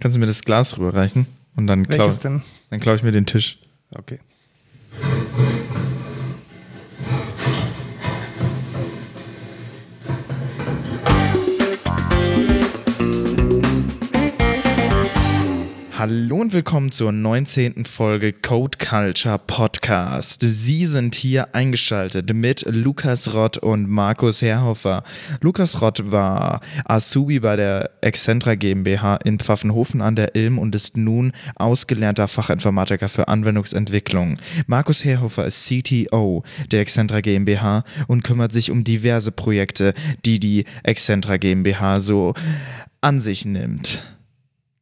Kannst du mir das Glas rüberreichen? Und dann klaue Welches denn? dann klau ich mir den Tisch. Okay. Hallo und willkommen zur 19. Folge Code Culture Podcast. Sie sind hier eingeschaltet mit Lukas Rott und Markus Herhofer. Lukas Rott war Azubi bei der Excentra GmbH in Pfaffenhofen an der Ilm und ist nun ausgelernter Fachinformatiker für Anwendungsentwicklung. Markus Herhofer ist CTO der Excentra GmbH und kümmert sich um diverse Projekte, die die Excentra GmbH so an sich nimmt.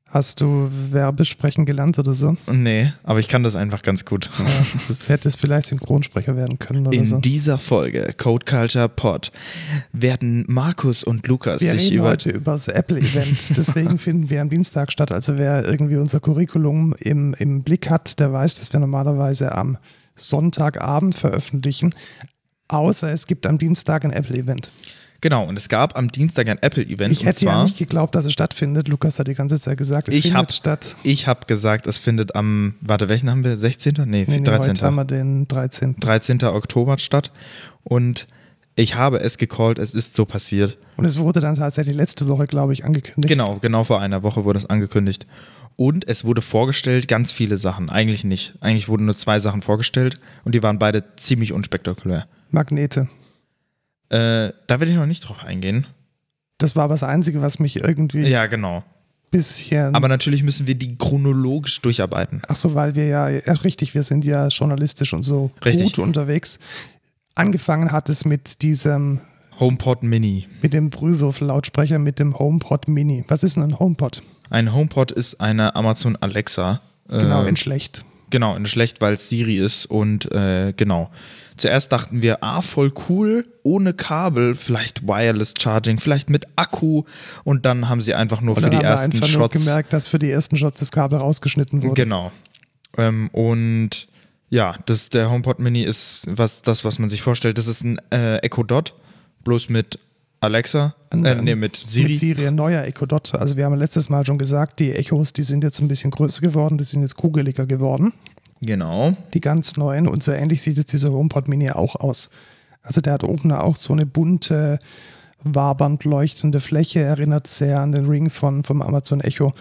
Hast du Werbesprechen gelernt oder so? Nee, aber ich kann das einfach ganz gut. Das hätte es vielleicht Synchronsprecher werden können oder In so. dieser Folge Code Culture Pod werden Markus und Lukas Wir sich reden über heute über das Apple-Event. Deswegen finden wir am Dienstag statt. Also wer irgendwie unser Curriculum im, im Blick hat, der weiß, dass wir normalerweise am Sonntagabend veröffentlichen. Außer es gibt am Dienstag ein Apple-Event. genau und es gab am Dienstag ein Apple Event Ich und hätte ja zwar nicht geglaubt, dass es stattfindet. Lukas hat die ganze Zeit gesagt, es Ich findet hab- statt. ich habe gesagt, es findet am warte, welchen haben wir 16. Nee, Nee, nee, Heute haben 13. wir den 13. 13. Oktober statt und ich habe es gecallt, es ist so passiert. Und es wurde dann tatsächlich letzte Woche, glaube ich, angekündigt. Genau, genau vor einer Woche wurde es angekündigt. Und es wurde vorgestellt, ganz viele Sachen. Eigentlich nicht. Eigentlich wurden nur zwei Sachen vorgestellt und die waren beide ziemlich unspektakulär. Magnete. Äh, da will ich noch nicht drauf eingehen. Das war aber das Einzige, was mich irgendwie Ja, genau. bisschen. Aber natürlich müssen wir die chronologisch durcharbeiten. ach so, weil wir ja, ja, richtig, wir sind ja journalistisch und so Richtig. gut unterwegs. Angefangen hat es mit diesem, HomePod Mini. mit dem Brühwürfel-Lautsprecher, mit dem HomePod Mini. Was ist denn ein HomePod? Ein HomePod ist eine Amazon Alexa. Äh, Genau, in schlecht. genau, in schlecht, weil es Siri ist und äh, genau. Zuerst dachten wir, ah, voll cool, ohne Kabel, vielleicht Wireless Charging, vielleicht mit Akku und dann haben sie einfach nur Und für dann die haben wir ersten einfach Shots. nur gemerkt, dass für die ersten Shots das Kabel rausgeschnitten wurde. Genau. Ähm, und ja, das, der HomePod Mini ist was, das, was man sich vorstellt. Das ist ein äh, Echo Dot, bloß mit Alexa, äh, Ähm, nee, mit Siri. Mit Siri, ein neuer Echo Dot. Also wir haben letztes Mal schon gesagt, die Echos, die sind jetzt ein bisschen größer geworden, die sind jetzt kugeliger geworden. Genau. die ganz neuen und so ähnlich sieht jetzt dieser HomePod Mini auch aus. Also der hat oben auch so eine bunte, wabernd leuchtende Fläche, erinnert sehr an den Ring von, vom Amazon Echo.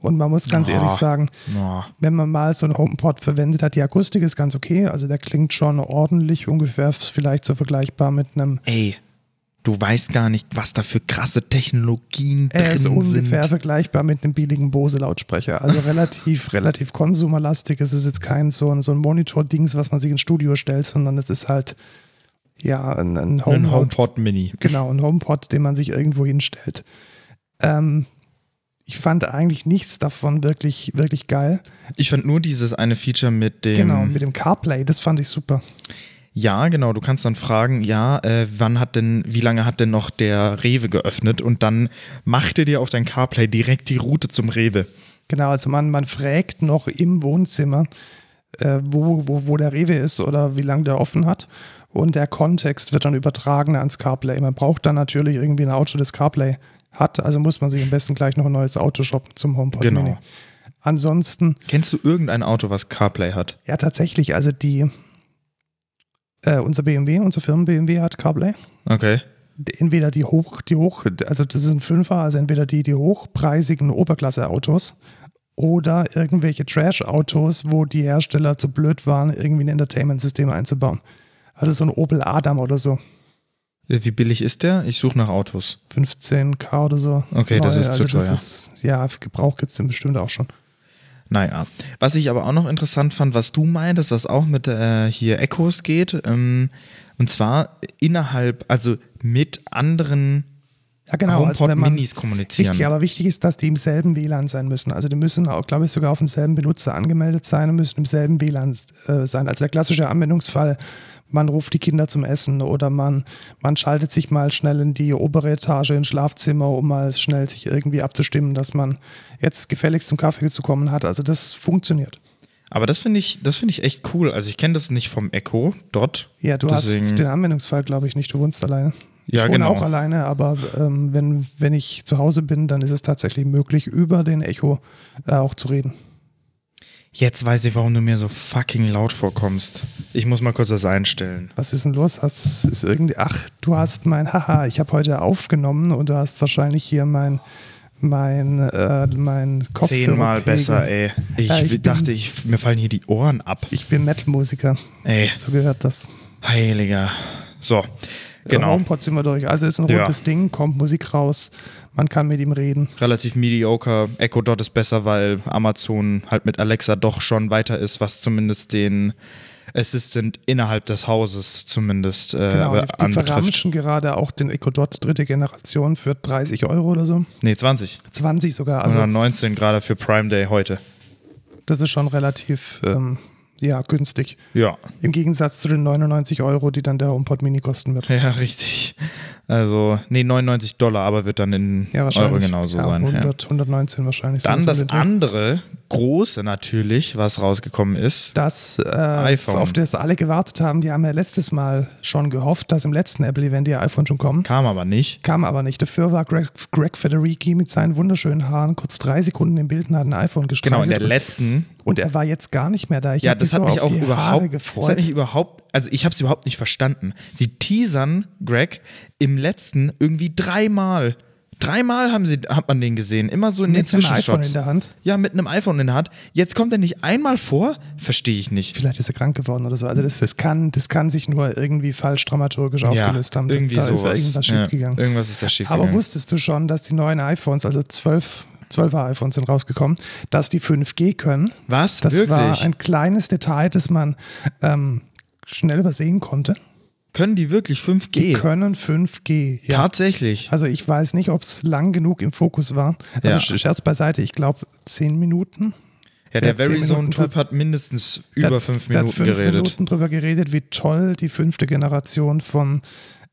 Und man muss ganz Ah. ehrlich sagen, Ja. wenn man mal so einen HomePod verwendet hat, die Akustik ist ganz okay, also der klingt schon ordentlich, ungefähr vielleicht so vergleichbar mit einem, Ey, du weißt gar nicht, was da für krasse Technologien er ist drin ungefähr sind. vergleichbar mit einem billigen Bose-Lautsprecher. Also relativ, relativ konsumerlastig. Es ist jetzt kein so ein, so ein Monitor-Dings, was man sich ins Studio stellt, sondern es ist halt ja ein, ein Ein HomePod HomePod Mini. Genau, ein HomePod, den man sich irgendwo hinstellt. Ähm, ich fand eigentlich nichts davon wirklich, wirklich geil. Ich fand nur dieses eine Feature mit dem. Genau, mit dem CarPlay, das fand ich super. Ja, genau. Du kannst dann fragen, ja, äh, wann hat denn, wie lange hat denn noch der Rewe geöffnet? Und dann macht er dir auf dein CarPlay direkt die Route zum Rewe. Genau, also man, man fragt noch im Wohnzimmer, äh, wo, wo, wo der Rewe ist oder wie lange der offen hat. Und der Kontext wird dann übertragen ans CarPlay. Man braucht dann natürlich irgendwie ein Auto, das CarPlay hat. Also muss man sich am besten gleich noch ein neues Auto shoppen zum HomePod Genau. Mini. Ansonsten Kennst du irgendein Auto, was CarPlay hat? Ja, tatsächlich. Also die äh, unser BMW, unser Firmen BMW hat CarPlay. Okay. Entweder die hoch, die hoch, also das sind Fünfer, also entweder die die hochpreisigen Oberklasse-Autos oder irgendwelche Trash-Autos, wo die Hersteller zu blöd waren, irgendwie ein Entertainment-System einzubauen. Also so ein Opel Adam oder so, Äh, Wie billig ist der? Ich suche nach Autos. 15k oder so. also Okay, das ist zu teuer. ist, ja, für Gebrauch gibt es den bestimmt auch schon. Naja. Was ich aber auch noch interessant fand, was du meintest, was auch mit äh, hier Echos geht, ähm, und zwar innerhalb, also mit anderen Ja, genau. also HomePod wenn man- Minis kommunizieren. Richtig, aber wichtig ist, dass die im selben WLAN sein müssen. Also die müssen auch, glaube ich, sogar auf denselben Benutzer angemeldet sein und müssen im selben WLAN äh, sein. Also der klassische Anwendungsfall, man ruft die Kinder zum Essen oder man, man schaltet sich mal schnell in die obere Etage ins Schlafzimmer, um mal schnell sich irgendwie abzustimmen, dass man jetzt gefälligst zum Kaffee zu kommen hat. Also das funktioniert. aber das finde ich, das finde ich echt cool. Also ich kenne das nicht vom Echo Dot. Ja, du Deswegen- hast den Anwendungsfall, glaube ich, nicht. Du wohnst alleine. Ich wohne auch alleine, aber ähm, wenn, wenn ich zu Hause bin, dann ist es tatsächlich möglich, über den Echo äh, auch zu reden. Jetzt weiß ich, warum du mir so fucking laut vorkommst. Ich muss mal kurz was einstellen. Was ist denn los? Hast, ist irgendwie, ach, du hast mein Haha, ich habe heute aufgenommen und du hast wahrscheinlich hier mein, mein, äh, mein Kopf. Zehnmal besser, ey. Ich, Ja, ich bin- dachte, ich, mir fallen hier die Ohren ab. Ich bin Metal-Musiker. Ey, So gehört das. heiliger. So, genau. HomePod sind wir durch. Also ist ein Ja. rundes Ding, kommt Musik raus, man kann mit ihm reden. Relativ mediocre. Echo Dot ist besser, weil Amazon halt mit Alexa doch schon weiter ist, was zumindest den Assistant innerhalb des Hauses zumindest äh, Genau, die, die anbetrifft. verramschen gerade auch den Echo Dot dritte Generation für 30 Euro oder so. Nee, 20. 20 sogar, also Also 19 gerade für Prime Day heute. das ist schon relativ ähm, ja, günstig. Ja. Im Gegensatz zu den 99 Euro, die dann der HomePod Mini kosten wird. Ja, richtig. Also, nee, 99 Dollar, aber wird dann in Ja, wahrscheinlich. Euro genauso ja, sein. ja. 100, 119 wahrscheinlich. Dann sowas das im Winter. andere, große natürlich, was rausgekommen ist. das äh, iPhone. auf das alle gewartet haben. Die haben ja letztes Mal schon gehofft, dass im letzten Apple-Event ihr iPhone schon kommt. Kam aber nicht. Kam aber nicht. Dafür war Greg, Greg Federici mit seinen wunderschönen Haaren kurz drei Sekunden im Bild und hat ein iPhone Genau, gestreichelt. in der letzten. und er war jetzt gar nicht mehr da. Ich Ja, hab das hat so mich auf auch die überhaupt, Haare das gefreut. hat mich überhaupt, also ich habe es überhaupt nicht verstanden. Sie teasern Greg im letzten irgendwie dreimal. Dreimal haben sie, hat man den gesehen, immer so in Mit den einem iPhone Zwischenshots. in der Hand. Ja, mit einem iPhone in der Hand. Jetzt kommt er nicht einmal vor, verstehe ich nicht. Vielleicht ist er krank geworden oder so. Also das, das, kann, das kann sich nur irgendwie falsch dramaturgisch aufgelöst haben. Da- irgendwie da sowas. ist irgendwas Ja, schiefgegangen. Irgendwas ist da schiefgegangen. Aber wusstest du schon, dass die neuen iPhones, also 12, 12er iPhones sind rausgekommen, dass die 5G können? Was? Das Wirklich? war ein kleines Detail, das man ähm, schnell übersehen konnte. können die wirklich 5G? Die können 5G. Ja. Tatsächlich. Also ich weiß nicht, ob es lang genug im Fokus war. Also Ja. Scherz beiseite, ich glaube 10 Minuten. Ja, der Ja, zehn Minuten Verizon-Typ hat- hat mindestens Der über hat- fünf der hat Minuten geredet. Minuten drüber geredet, wie toll die fünfte Generation von,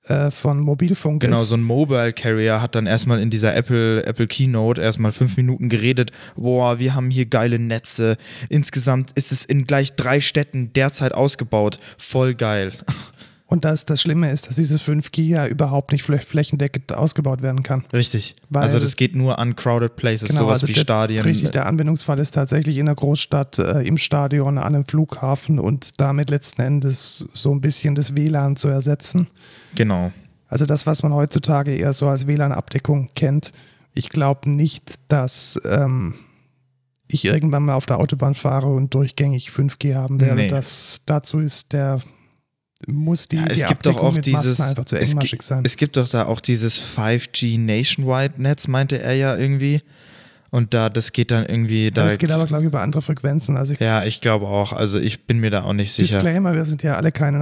äh, von Mobilfunk Genau, ist. so ein Mobile Carrier hat dann erstmal in dieser Apple, Apple Keynote erstmal fünf Minuten geredet. Boah, wir haben hier geile Netze. Insgesamt ist es in gleich drei Städten derzeit ausgebaut. Voll geil. Und das, das Schlimme ist, dass dieses 5G ja überhaupt nicht flä- flächendeckend ausgebaut werden kann. Richtig. Weil- also, das geht nur an crowded places, sowas wie Genau, also der, Stadien. Richtig, der Anwendungsfall ist tatsächlich in der Großstadt, äh, im Stadion, an einem Flughafen und damit letzten Endes so ein bisschen das WLAN zu ersetzen. Genau. Also das, was man heutzutage eher so als WLAN-Abdeckung kennt. Ich glaube nicht, dass ähm, ich irgendwann mal auf der Autobahn fahre und durchgängig 5G haben werde. Nee. Das, dazu ist der, muss die, Ja, es die gibt doch Abdeckung auch mit Masten dieses. einfach zu es, gi- engmaschig sein. es gibt doch da auch dieses 5G Nationwide Netz, meinte er ja irgendwie. Und da, das geht dann irgendwie. Da, Das Also geht aber, glaube ich, über andere Frequenzen. Also ich ja, ich glaube auch. Also, ich bin mir da auch nicht sicher. Disclaimer, wir sind ja alle keine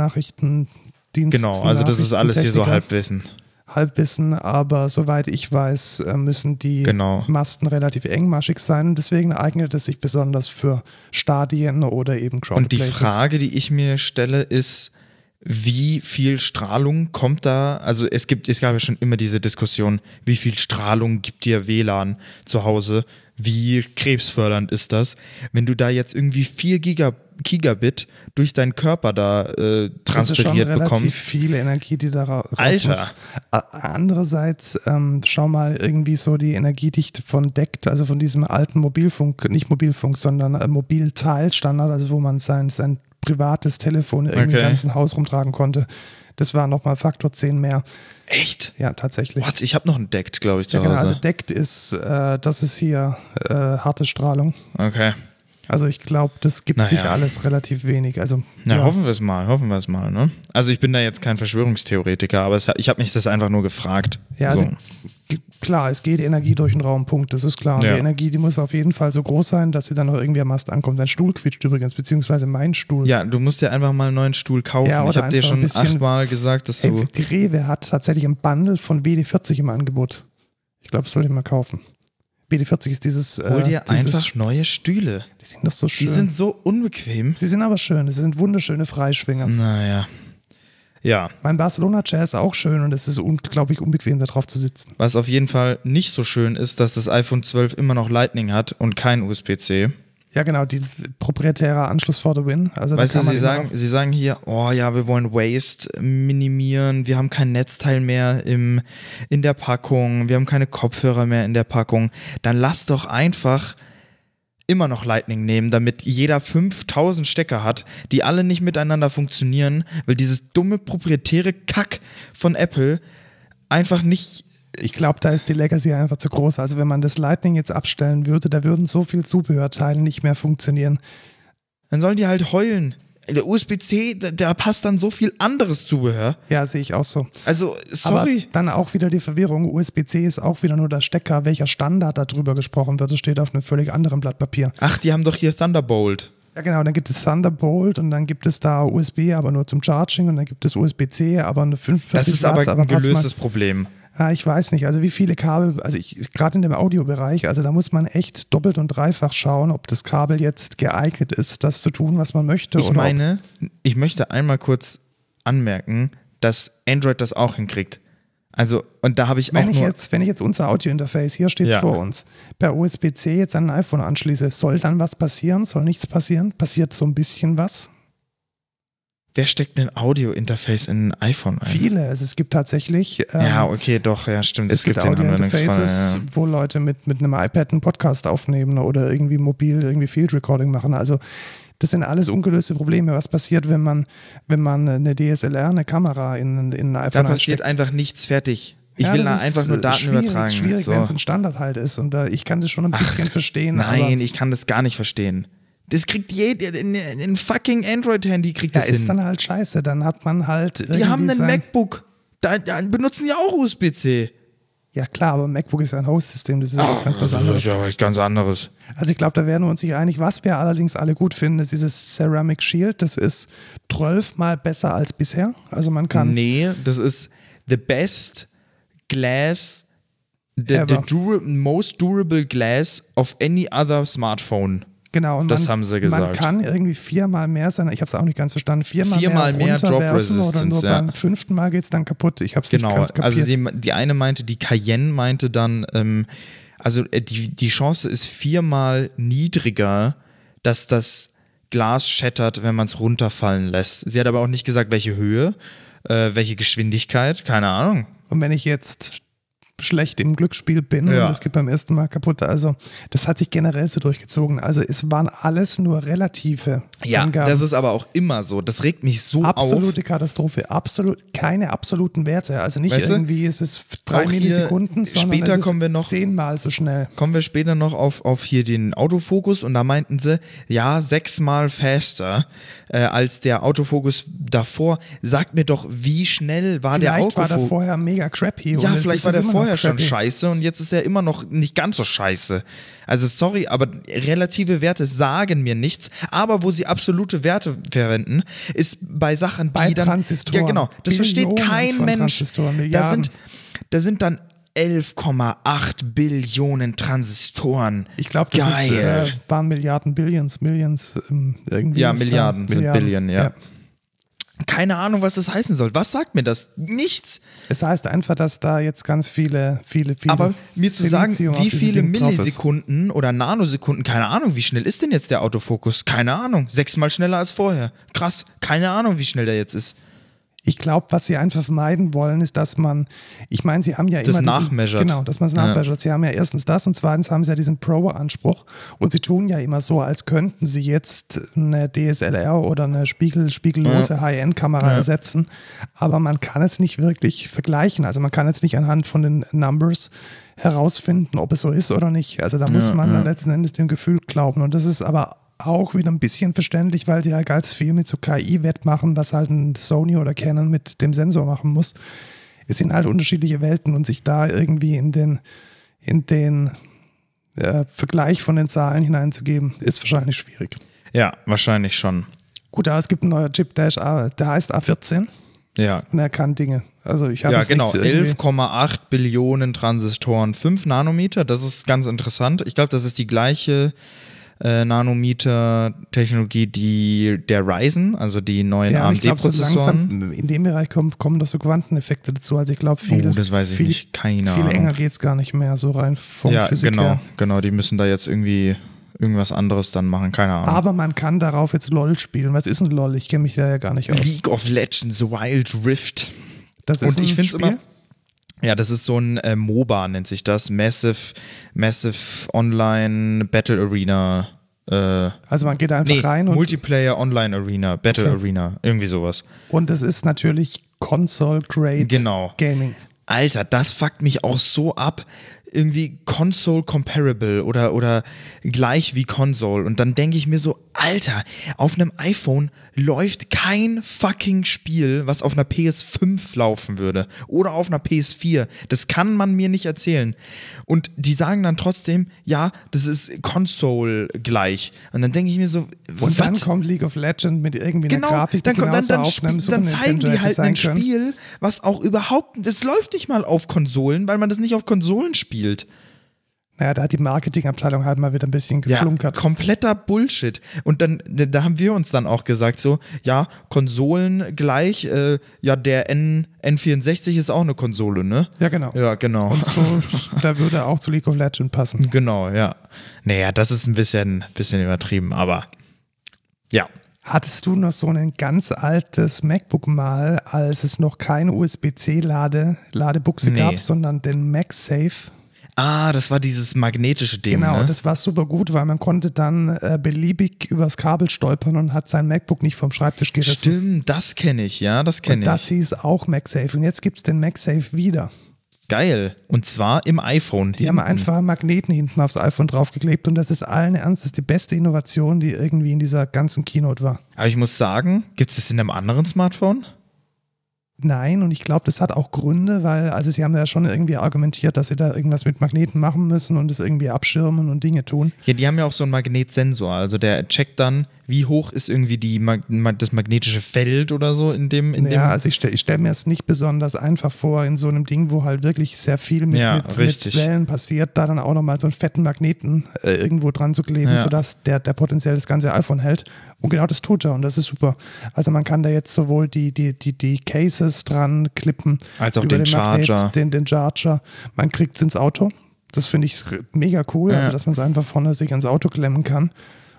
Nachrichtendienste. Genau, also das ist alles hier so Nachrichtentechniker, Halbwissen. Halbwissen, aber soweit ich weiß, äh, müssen die Genau. Masten relativ engmaschig sein. Deswegen eignet es sich besonders für Stadien oder eben Crowded Und die Places. Frage, die ich mir stelle, ist, wie viel Strahlung kommt da? Also es gibt, es gab ja schon immer diese Diskussion, wie viel Strahlung gibt dir WLAN zu Hause? Wie krebsfördernd ist das? Wenn du da jetzt irgendwie 4 Giga, Gigabit durch deinen Körper da äh, das ist schon transferiert relativ bekommst. viel Energie, die da ra- raus Alter. muss. A- Andererseits, ähm, schau mal, irgendwie so die Energiedichte von DECT, also von diesem alten Mobilfunk, nicht Mobilfunk, sondern äh, Mobilteilstandard, also wo man sein, sein privates Telefon irgendwie Okay. im ganzen Haus rumtragen konnte. Das war nochmal Faktor 10 mehr. Echt? Ja, tatsächlich. What? Ich habe noch entdeckt, glaube ich, zu Ja, genau, also Hause. DECT ist, äh, das ist hier äh, harte Strahlung. Okay. Also ich glaube, das gibt Naja. sich alles relativ wenig. Also Na, ja. hoffen wir es mal, hoffen wir es mal, ne? Also ich bin da jetzt kein Verschwörungstheoretiker, aber es, ich habe mich das einfach nur gefragt. Ja, so. also g- klar, es geht Energie durch den Raum, Punkt, das ist klar. Und Ja. Die Energie, die muss auf jeden Fall so groß sein, dass sie dann noch irgendwie am Mast ankommt. Dein Stuhl quietscht übrigens, beziehungsweise mein Stuhl. Ja, du musst dir einfach mal einen neuen Stuhl kaufen. Ja, oder ich habe dir einfach ein schon bisschen- achtmal gesagt, dass du. Ey, die Rewe hat tatsächlich ein Bundle von WD40 im Angebot. Ich glaube, das sollte ich mal kaufen. WD40 ist dieses. Hol dir äh, dieses, einfach neue Stühle. Die sind das so schön. Die sind so unbequem. sie sind aber schön. Das sind wunderschöne Freischwinger. Mhm. Naja. Ja, Mein Barcelona-Chair ist auch schön und es ist unglaublich unbequem, da drauf zu sitzen. was auf jeden Fall nicht so schön ist, dass das iPhone 12 immer noch Lightning hat und kein USB-C. Ja, genau, die proprietäre Anschluss for the win. Also da Weißt du, kann man sie immer sagen, sie sagen hier, oh ja, wir wollen Waste minimieren, wir haben kein Netzteil mehr im, in der Packung, wir haben keine Kopfhörer mehr in der Packung. Dann lass doch einfach immer noch Lightning nehmen, damit jeder 5000 Stecker hat, die alle nicht miteinander funktionieren, weil dieses dumme proprietäre Kack von Apple einfach nicht Ich glaube, da ist die Legacy einfach zu groß. Also wenn man das Lightning jetzt abstellen würde, da würden so viele Zubehörteile nicht mehr funktionieren. Dann sollen die halt heulen. Der USB-C, da, da passt dann so viel anderes Zubehör. Ja, sehe ich auch so. Also, sorry. Aber dann auch wieder die Verwirrung. USB-C ist auch wieder nur der Stecker. Welcher Standard da drüber gesprochen wird, das steht auf einem völlig anderen Blatt Papier. Ach, die haben doch hier Thunderbolt. Ja, genau. Dann gibt es Thunderbolt und dann gibt es da USB, aber nur zum Charging und dann gibt es USB-C, aber eine 45 Das ist Watt, aber ein pass mal- gelöstes Problem. Ja, ich weiß nicht. Also wie viele Kabel, also ich gerade in dem Audiobereich, also da muss man echt doppelt und dreifach schauen, ob das Kabel jetzt geeignet ist, das zu tun, was man möchte. Ich oder ob- meine, ich möchte einmal kurz anmerken, dass Android das auch hinkriegt. Also, und da habe ich auch wenn ich, nur. jetzt, wenn ich jetzt unser Audio-Interface, hier steht es Ja. vor uns, per USB-C jetzt an ein iPhone anschließe, soll dann was passieren? Soll nichts passieren? Passiert so ein bisschen was? Wer steckt ein Audio-Interface in ein iPhone ein? Viele. Also es gibt tatsächlich. ähm, Ja, okay, doch, ja, stimmt. Es gibt Audio-Interfaces, Anwendungsfall, wo Leute mit, mit einem iPad einen Podcast aufnehmen oder irgendwie mobil irgendwie Field Recording machen. Also das sind alles ungelöste Probleme. Was passiert, wenn man, wenn man eine DSLR, eine Kamera in, in ein iPhone Da passiert einsteckt? einfach nichts fertig. Ich Ja, will da das ist, einfach nur äh, Daten schwierig, übertragen. Schwierig, so. wenn es ein Standard halt ist. Und da, ich kann das schon ein bisschen verstehen. Nein, aber ich kann das gar nicht verstehen. Das kriegt jeder, ein- ein fucking Android-Handy kriegt ja, das ist hin. dann halt scheiße. Dann hat man halt. Die irgendwie haben einen sein- MacBook, da, da benutzen die auch USB-C. Ja, klar, aber MacBook ist ja ein Host-System. Das ist Ah, ja was ganz was anderes. ja was ganz anderes. Also ich glaube, da werden wir uns nicht einig. Was wir allerdings alle gut finden, ist dieses Ceramic Shield. Das ist 12 mal besser als bisher. Also man kann es Nee, das ist the best glass, the, the Ever. dura most durable glass of any other smartphone. genau. Und das man, haben sie Man gesagt. kann irgendwie viermal mehr sein. Ich habe es auch nicht ganz verstanden. Viermal, Viermal mehr mehr Drop runterwerfen oder nur Resistance, ja. beim fünften Mal geht es dann kaputt. Ich habe es nicht Genau, ganz kapiert. also sie, die eine meinte, die Cayenne meinte dann, ähm, also äh, die, die Chance ist viermal niedriger, dass das Glas shattert, wenn man es runterfallen lässt. Sie hat aber auch nicht gesagt, welche Höhe, äh, welche Geschwindigkeit, keine Ahnung. Und wenn ich jetzt schlecht im Glücksspiel bin Ja. und es geht beim ersten Mal kaputt, also das hat sich generell so durchgezogen. Also es waren alles nur relative Ja, Angaben. das ist aber auch immer so. Das regt mich so auf. Absolute Katastrophe, absolut keine absoluten Werte. Also nicht Weißt du? irgendwie ist es f- drei Auch hier Millisekunden, sondern später es ist kommen wir noch- zehnmal so schnell. Kommen wir später noch auf, auf hier den Autofokus und da meinten sie, ja, sechsmal faster äh, als der Autofokus davor. Sagt mir doch, wie schnell war der Vielleicht war Autofokus? der vorher mega crappy. Ja, und es vielleicht ist war der immer noch vorher schon crappy. scheiße und jetzt ist er immer noch nicht ganz so scheiße. Also sorry, aber relative Werte sagen mir nichts, aber wo sie absolute Werte verwenden, ist bei Sachen, die Bei dann Transistoren. Ja, genau, das versteht Billionen kein von Mensch. Transistoren, Da Milliarden. sind da sind dann 11,8 Billionen Transistoren. Ich glaube, das ist, Geil. äh, waren Milliarden, Billions, Millions. Ähm, irgendwie Ja, ist da- Milliarden sind Billion, ja. Keine Ahnung, was das heißen soll. Was sagt mir das? Nichts. Es heißt einfach, dass da jetzt ganz viele, viele, viele. Aber mir zu sagen, Silizium auf wie diesem viele Ding drauf ist. Millisekunden oder Nanosekunden, keine Ahnung, wie schnell ist denn jetzt der Autofokus? Keine Ahnung, sechsmal schneller als vorher. Krass, keine Ahnung, wie schnell der jetzt ist. Ich glaube, was sie einfach vermeiden wollen, ist, dass man, ich meine, sie haben ja Das immer. nachmeasured. Diesen, genau, dass man es Ja. nachmeasured. Sie haben ja erstens das und zweitens haben sie ja diesen Pro-Anspruch und sie tun ja immer so, als könnten sie jetzt eine DSLR oder eine Spiegel, spiegellose High-End-Kamera ersetzen. Aber man kann es nicht wirklich vergleichen. Also man kann jetzt nicht anhand von den Numbers herausfinden, ob es so ist oder nicht. Also da muss man dann letzten Endes dem Gefühl glauben. Und das ist aber auch wieder ein bisschen verständlich, weil sie halt ganz viel mit so KI-Wett machen, was halt ein Sony oder Canon mit dem Sensor machen muss. Es sind halt unterschiedliche Welten und sich da irgendwie in den, in den äh, Vergleich von den Zahlen hineinzugeben, ist wahrscheinlich schwierig. Ja, wahrscheinlich schon. Gut, aber es gibt einen neuen Chip, der, ist, A- der heißt A14 Ja. und er kann Dinge. Also ich habe Ja, jetzt genau. nichts irgendwie- 11,8 Billionen Transistoren, 5 Nanometer, das ist ganz interessant. Ich glaube, das ist die gleiche äh, Nanometer-Technologie, die der Ryzen, also die neuen Ja, ich glaube, so AMD-Prozessoren. langsam in dem Bereich kommen, kommen doch so Quanteneffekte dazu. Also ich glaube, viel, Oh, das weiß ich viel, nicht. Keine viel Ahnung. enger geht es gar nicht mehr, so rein vom Ja, Physik genau, her. genau. Die müssen da jetzt irgendwie irgendwas anderes dann machen, keine Ahnung. Aber man kann darauf jetzt LOL spielen. Was ist ein LOL? Ich kenne mich da ja gar nicht aus. League of Legends Wild Rift. Das ist Und ich ein finde es Spiel? immer. Ja, das ist so ein äh, MOBA, nennt sich das. Massive, Massive Online Battle Arena. Äh, Also man geht da einfach nee, rein und, Multiplayer Online Arena, Battle Okay. Arena, irgendwie sowas. und es ist natürlich Console-Grade Genau. Gaming. Alter, das fuckt mich auch so ab. Irgendwie Console Comparable oder, oder gleich wie Console. Und dann denke ich mir so, Alter, auf einem iPhone läuft kein fucking Spiel, was auf einer PS5 laufen würde. Oder auf einer PS4. Das kann man mir nicht erzählen. Und die sagen dann trotzdem, ja, das ist Console gleich. Und dann denke ich mir so, Und dann was? kommt League of Legends mit irgendwie einer Genau, Grafik, die dann, kommt- dann, genauso dann, auf einem spiel- Super dann zeigen Nintendo die hätte halt sein ein können. Spiel, was auch überhaupt, es läuft nicht mal auf Konsolen, weil man das nicht auf Konsolen spielt. Naja, da hat die Marketingabteilung halt mal wieder ein bisschen Ja, geflunkert. kompletter Bullshit. Und dann, da da haben wir uns dann auch gesagt, so, ja, Konsolen gleich, äh, ja, der N, N64 ist auch eine Konsole, ne? Ja, genau. Ja, genau. Und so, da würde auch zu League of Legends passen. genau, ja. Naja, das ist ein bisschen, bisschen übertrieben, aber ja. Hattest du noch so ein ganz altes MacBook mal, als es noch keine USB-C-Ladebuchse Nee. gab, sondern den MagSafe? Ah, das war dieses magnetische Ding. Genau, ne? das war super gut, weil man konnte dann äh, beliebig übers Kabel stolpern und hat sein MacBook nicht vom Schreibtisch gerissen. Stimmt, das kenne ich, ja, das Und kenne ich. das hieß auch MagSafe. Und jetzt gibt es den MagSafe wieder. Geil. Und zwar im iPhone. Die haben einfach einen Magneten hinten aufs iPhone draufgeklebt und das ist allen Ernstes die beste Innovation, die irgendwie in dieser ganzen Keynote war. Aber ich muss sagen, gibt es das in einem anderen Smartphone? Nein, und ich glaube, das hat auch Gründe, weil, also sie haben ja schon irgendwie argumentiert, dass sie da irgendwas mit Magneten machen müssen und es irgendwie abschirmen und Dinge tun. Ja, die haben ja auch so einen Magnetsensor. Also der checkt dann, wie hoch ist irgendwie die Mag ma- das magnetische Feld oder so in dem. In Ja, dem also ich stelle ich stell mir es nicht besonders einfach vor, in so einem Ding, wo halt wirklich sehr viel mit, Ja, mit, mit richtig. Wellen passiert, da dann auch nochmal so einen fetten Magneten äh, irgendwo dran zu kleben, Ja. sodass der, der potenziell das ganze iPhone hält. Und genau das tut er und das ist super. Also man kann da jetzt sowohl die, die, die, die Cases dran klippen, Als auch über den Charger. Magnet, den, den Charger. Man kriegt es ins Auto. Das finde ich r- mega cool, Ja. also dass man es einfach vorne sich ans Auto klemmen kann.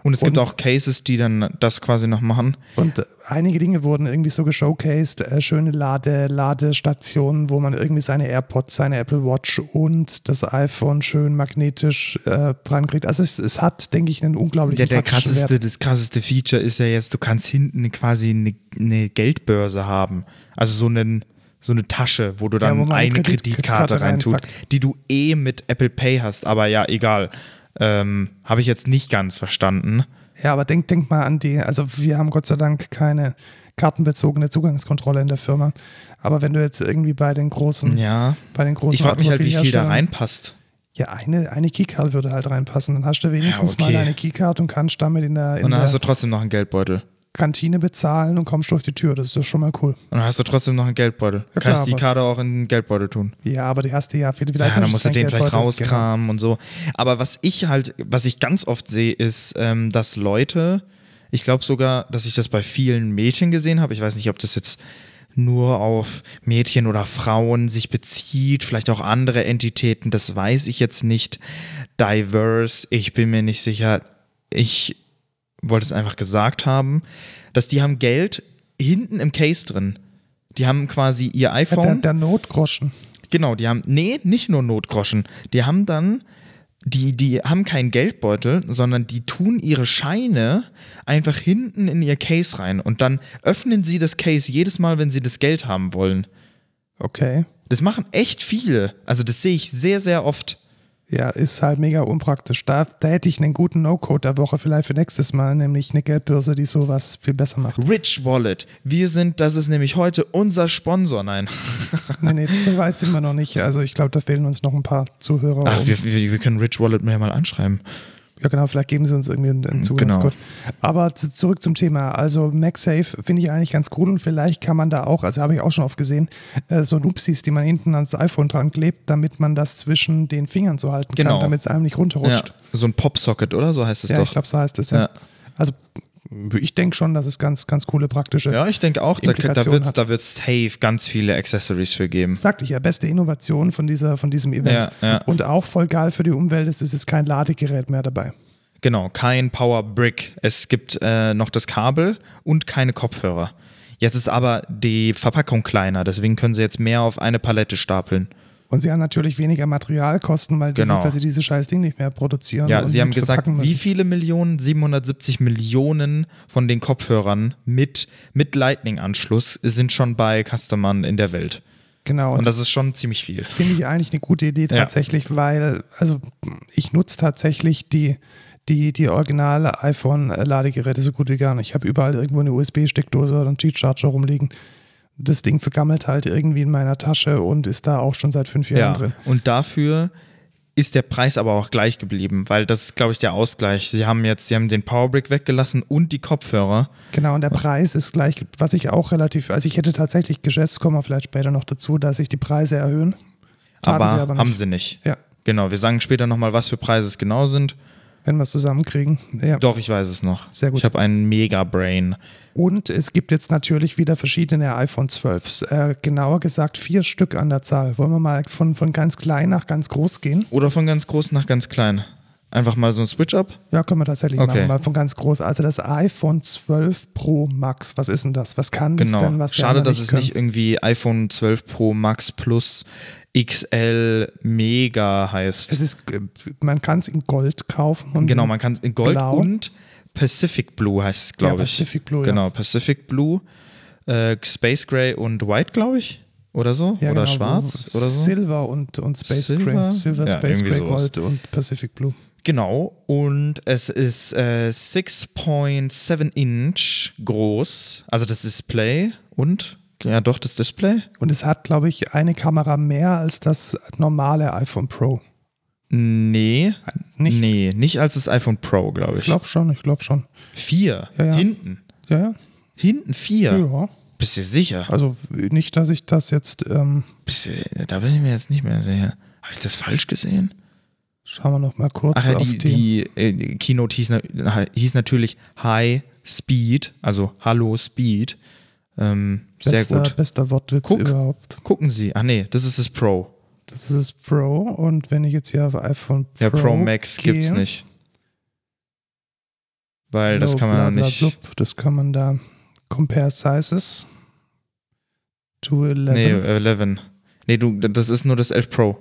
und es gibt und- auch Cases, die dann das quasi noch machen. Und äh, einige Dinge wurden irgendwie so geshowcased, äh, schöne Lade, Ladestationen, wo man irgendwie seine AirPods, seine Apple Watch und das iPhone schön magnetisch äh, dran kriegt. Also es, es hat, denke ich, einen unglaublichen Ja, der praktischen krasseste, Wert. das krasseste Feature ist ja jetzt, du kannst hinten quasi eine, eine Geldbörse haben. Also so einen. So eine Tasche, wo du dann wo man eine eine Kreditkarte Kreditkarte reintut, reinpackt. die du eh mit Apple Pay hast, aber ja, egal. Ähm, Habe ich jetzt nicht ganz verstanden. Ja, aber denk, denk mal an die, also wir haben Gott sei Dank keine kartenbezogene Zugangskontrolle in der Firma. Aber wenn du jetzt irgendwie bei den großen, Ja. bei den großen Ich frage mich halt, wie viel da Automobilherstellern- reinpasst. Ja, eine, eine Keycard würde halt reinpassen. Dann hast du wenigstens Ja, okay. mal eine Keycard und kannst damit in der, in Und dann der hast du trotzdem noch einen Geldbeutel. Kantine bezahlen und kommst durch die Tür. Das ist doch schon mal cool. Und dann hast du trotzdem noch einen Geldbeutel. Ja, klar, Kannst die aber- Karte auch in den Geldbeutel tun. Ja, aber die hast du ja viel. Ja, dann musst du dein den Geld vielleicht heute- Genau. rauskramen und so. Aber was ich halt, was ich ganz oft sehe, ist, ähm, dass Leute, ich glaube sogar, dass ich das bei vielen Mädchen gesehen habe. Ich weiß nicht, ob das jetzt nur auf Mädchen oder Frauen sich bezieht, vielleicht auch andere Entitäten, das weiß ich jetzt nicht. Diverse, ich bin mir nicht sicher. Ich wollte es einfach gesagt haben, dass die haben Geld hinten im Case drin. Die haben quasi ihr Ja, Genau. der, iPhone. der Notgroschen. Genau, die haben, nee, nicht nur Notgroschen. Die haben dann, die, die haben keinen Geldbeutel, sondern die tun ihre Scheine einfach hinten in ihr Case rein. Und dann öffnen sie das Case jedes Mal, wenn sie das Geld haben wollen. Okay. Das machen echt viele. Also das sehe ich sehr, sehr oft. Ja, ist halt mega unpraktisch. Da, da hätte ich einen guten No-Code der Woche vielleicht für nächstes Mal, nämlich eine Geldbörse, die sowas viel besser macht. Rich Wallet. Wir sind, das ist nämlich heute unser Sponsor. Nein. nee, nee, so weit sind wir noch nicht. Also ich glaube, da fehlen uns noch ein paar Zuhörer. Ach, um- wir, wir, wir können Rich Wallet mir mal anschreiben. Ja, genau, vielleicht geben sie uns irgendwie einen, Genau. einen Zugangscode. Aber zu, zurück zum Thema. Also MagSafe finde ich eigentlich ganz cool und vielleicht kann man da auch, also habe ich auch schon oft gesehen, äh, so Nupsis, die man hinten ans iPhone dran klebt, damit man das zwischen den Fingern so halten kann, Genau. damit es einem nicht runterrutscht. So ein Popsocket, oder? So heißt es Ja, doch. ich glaube, so heißt es ja. Ja. Also ich denke schon, dass es ganz, ganz coole praktische. ja, ich denke auch, da, da Implikationen wird es hat. da wird's safe ganz viele Accessories für geben. Sagte ich ja, beste Innovation von, dieser, von diesem Event. Ja, ja. Und auch voll geil für die Umwelt, es ist jetzt kein Ladegerät mehr dabei. Genau, kein Power Brick. Es gibt äh, noch das Kabel und keine Kopfhörer. Jetzt ist aber die Verpackung kleiner, deswegen können sie jetzt mehr auf eine Palette stapeln. Und sie haben natürlich weniger Materialkosten, weil, diese, Genau. weil sie dieses scheiß Ding nicht mehr produzieren. Ja, und sie haben mit gesagt, verpacken wie müssen. viele Millionen? 770 Millionen von den Kopfhörern mit, mit Lightning-Anschluss sind schon bei Customern in der Welt. Genau, Und und das ist schon ziemlich viel. finde ich eigentlich eine gute Idee Ja. tatsächlich, weil, also ich nutze tatsächlich die, die, die originale iPhone-Ladegeräte so gut wie gar nicht. Ich habe überall irgendwo eine USB-Steckdose oder einen G-Charger rumliegen. Das Ding vergammelt halt irgendwie in meiner Tasche und ist da auch schon seit fünf Jahren drin. Und dafür ist der Preis aber auch gleich geblieben, weil das ist, glaube ich, der Ausgleich. Sie haben jetzt, sie haben den Powerbrick weggelassen und die Kopfhörer. Genau, und der Preis ist gleich, was ich auch relativ, also ich hätte tatsächlich geschätzt, kommen wir vielleicht später noch dazu, dass sich die Preise erhöhen. Taten aber, sie aber nicht. haben sie nicht. Ja, Genau, wir sagen später nochmal, was für Preise es genau sind. wenn wir es zusammenkriegen. Ja. Doch, ich weiß es noch. Sehr gut. Ich habe einen Mega-Brain. Und es gibt jetzt natürlich wieder verschiedene iPhone 12, äh, genauer gesagt vier Stück an der Zahl. Wollen wir mal von, von ganz klein nach ganz groß gehen? Oder von ganz groß nach ganz klein. Einfach mal so ein Switch-Up. Ja, können wir tatsächlich Okay. machen, mal von ganz groß. Also das iPhone 12 Pro Max, was ist denn das? Was kann das denn? Genau. Was die Schade, anderen dass es können? nicht irgendwie iPhone 12 Pro Max Plus XL Mega heißt. Es ist, äh, man kann es in Gold kaufen. Und Genau, man kann es in Gold Blau. und Pacific Blue heißt es, glaube Ja, ich. Pacific Blue, ja. Genau, Pacific Blue, äh, Space Gray und White, glaube ich. Oder so? Ja, oder genau, schwarz? so oder so? Silver und, und Space Silver? Gray. Silver, Ja, Space irgendwie Gray, sowas. Gold und Pacific Blue. Genau, und es ist äh, 6.7 Inch groß, also das Display und, ja doch, das Display. Und es hat, glaube ich, eine Kamera mehr als das normale iPhone Pro. Nee, Nicht? nee, nicht als das iPhone Pro, glaube Ich ich. glaube schon, ich glaube schon. vier, Ja, ja. hinten, Ja, ja. hinten vier. Ja. Bist du sicher? Also nicht, dass ich das jetzt, ähm, Bist du, da bin ich mir jetzt nicht mehr sicher. Habe ich das falsch gesehen? schauen wir noch mal kurz Ach ja, auf die, die, die äh, Keynote hieß, na- hieß natürlich High Speed, also Hallo Speed. Ähm, sehr bester, gut. bester Wortwitz Guck. überhaupt. Gucken Sie. Ach nee, das ist das Pro. Das ist das Pro und wenn ich jetzt hier auf iPhone Pro Ja, Pro, Max gehe, gibt's nicht. Weil das blub, kann man bla, bla, nicht. blub, das kann man da compare sizes to 11. Nee, 11. Nee, du, das ist nur das 11 Pro.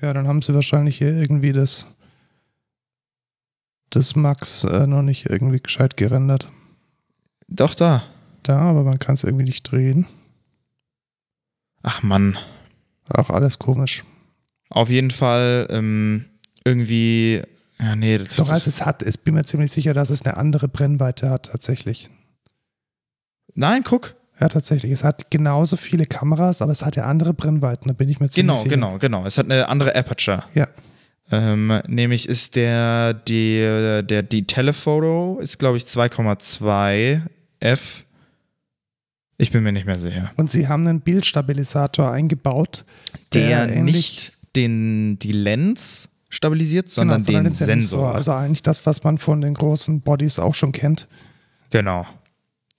Ja, dann haben sie wahrscheinlich hier irgendwie das, das Max äh, noch nicht irgendwie gescheit gerendert. Doch, da. Da, aber man kann es irgendwie nicht drehen. Ach Mann. Auch alles komisch. Auf jeden Fall ähm, irgendwie. Ja, nee, das Doch ist. als Das, es hat, ich bin mir ziemlich sicher, dass es eine andere Brennweite hat tatsächlich. nein, guck. Ja, tatsächlich. Es hat genauso viele Kameras, aber es hat ja andere Brennweiten, da bin ich mir ziemlich Genau, sicher. genau, genau. Es hat eine andere Aperture. Ja, Ähm, nämlich ist der, die, der, die Telephoto ist, glaube ich, 2,2 F. Ich bin mir nicht mehr sicher. und sie haben einen Bildstabilisator eingebaut, der, ähnlich- nicht den, die Lens stabilisiert, sondern, genau, sondern den, Sensor. Also eigentlich das, was man von den großen Bodies auch schon kennt. genau.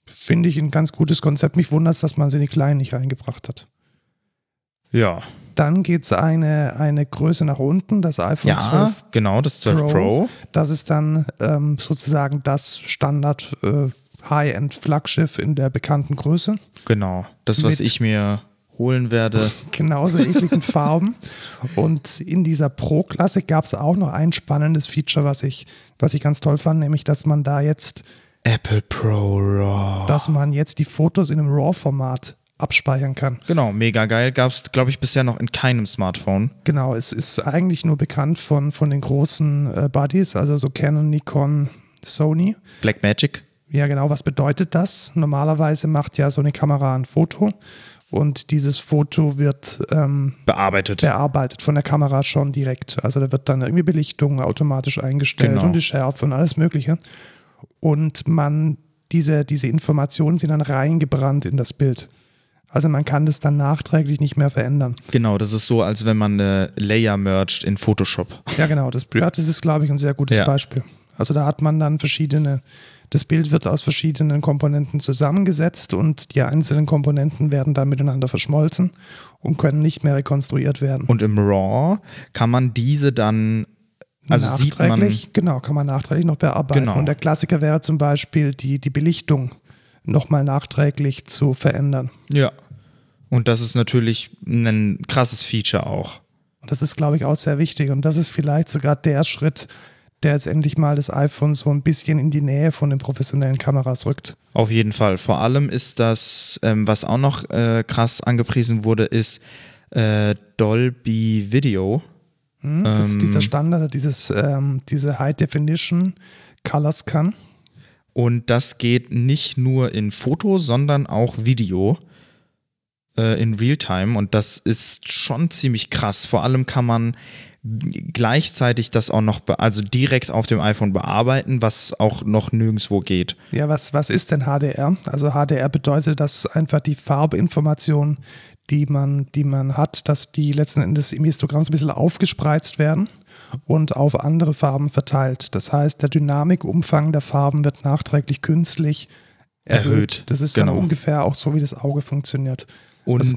Finde ich ein ganz gutes Konzept. Mich wundert es, dass man sie in die Kleinen nicht reingebracht hat. Ja. Dann geht es eine, eine Größe nach unten, das iPhone Ja, 12. genau, das 12 Pro. Pro. Das ist dann ähm, sozusagen das Standard äh, High-End-Flaggschiff in der bekannten Größe. Genau. Das, was Mit- ich mir holen werde. Genauso ekligen Farben. Und in dieser Pro-Klasse gab es auch noch ein spannendes Feature, was ich, was ich ganz toll fand, nämlich, dass man da jetzt, Apple Pro Raw. dass man jetzt die Fotos in einem RAW-Format abspeichern kann. Genau, mega geil. Gab es, glaube ich, bisher noch in keinem Smartphone. Genau, es ist eigentlich nur bekannt von, von den großen äh, Buddies, also so Canon, Nikon, Sony. Blackmagic. Ja, genau, was bedeutet das? Normalerweise macht ja so eine Kamera ein Foto und dieses Foto wird ähm, Bearbeitet. bearbeitet von der Kamera schon direkt. Also da wird dann irgendwie Belichtung automatisch eingestellt Genau. und die Schärfe und alles Mögliche. Und man, diese, diese Informationen sind dann reingebrannt in das Bild. Also man kann das dann nachträglich nicht mehr verändern. Genau, das ist so, als wenn man eine Layer merged in Photoshop. Ja, genau. Das, ja, das ist, glaube ich, ein sehr gutes Ja. Beispiel. Also da hat man dann verschiedene, das Bild wird aus verschiedenen Komponenten zusammengesetzt und die einzelnen Komponenten werden dann miteinander verschmolzen und können nicht mehr rekonstruiert werden. Und im RAW kann man diese dann Also sieht man- nachträglich, genau, kann man nachträglich noch bearbeiten. Genau. Und der Klassiker wäre zum Beispiel, die, die Belichtung nochmal nachträglich zu verändern. Ja. Und das ist natürlich ein krasses Feature auch. Und das ist, glaube ich, auch sehr wichtig. Und das ist vielleicht sogar der Schritt, der jetzt endlich mal das iPhone so ein bisschen in die Nähe von den professionellen Kameras rückt. Auf jeden Fall. Vor allem ist das, ähm, was auch noch äh, krass angepriesen wurde, ist äh, Dolby Video. Hm? das ist dieser Standard, dieses, ähm, diese High Definition Color Scan. Und das geht nicht nur in Foto, sondern auch Video äh, in Realtime. Und das ist schon ziemlich krass. Vor allem kann man gleichzeitig das auch noch, be- also direkt auf dem iPhone bearbeiten, was auch noch nirgendwo geht. Ja, was, was ist denn HDR? Also HDR bedeutet, dass einfach die Farbinformationen, die man, die man hat, dass die letzten Endes im Histogramm so ein bisschen aufgespreizt werden und auf andere Farben verteilt. Das heißt, der Dynamikumfang der Farben wird nachträglich künstlich erhöht. Erhöht, Das ist genau. dann ungefähr auch so, wie das Auge funktioniert. Und Also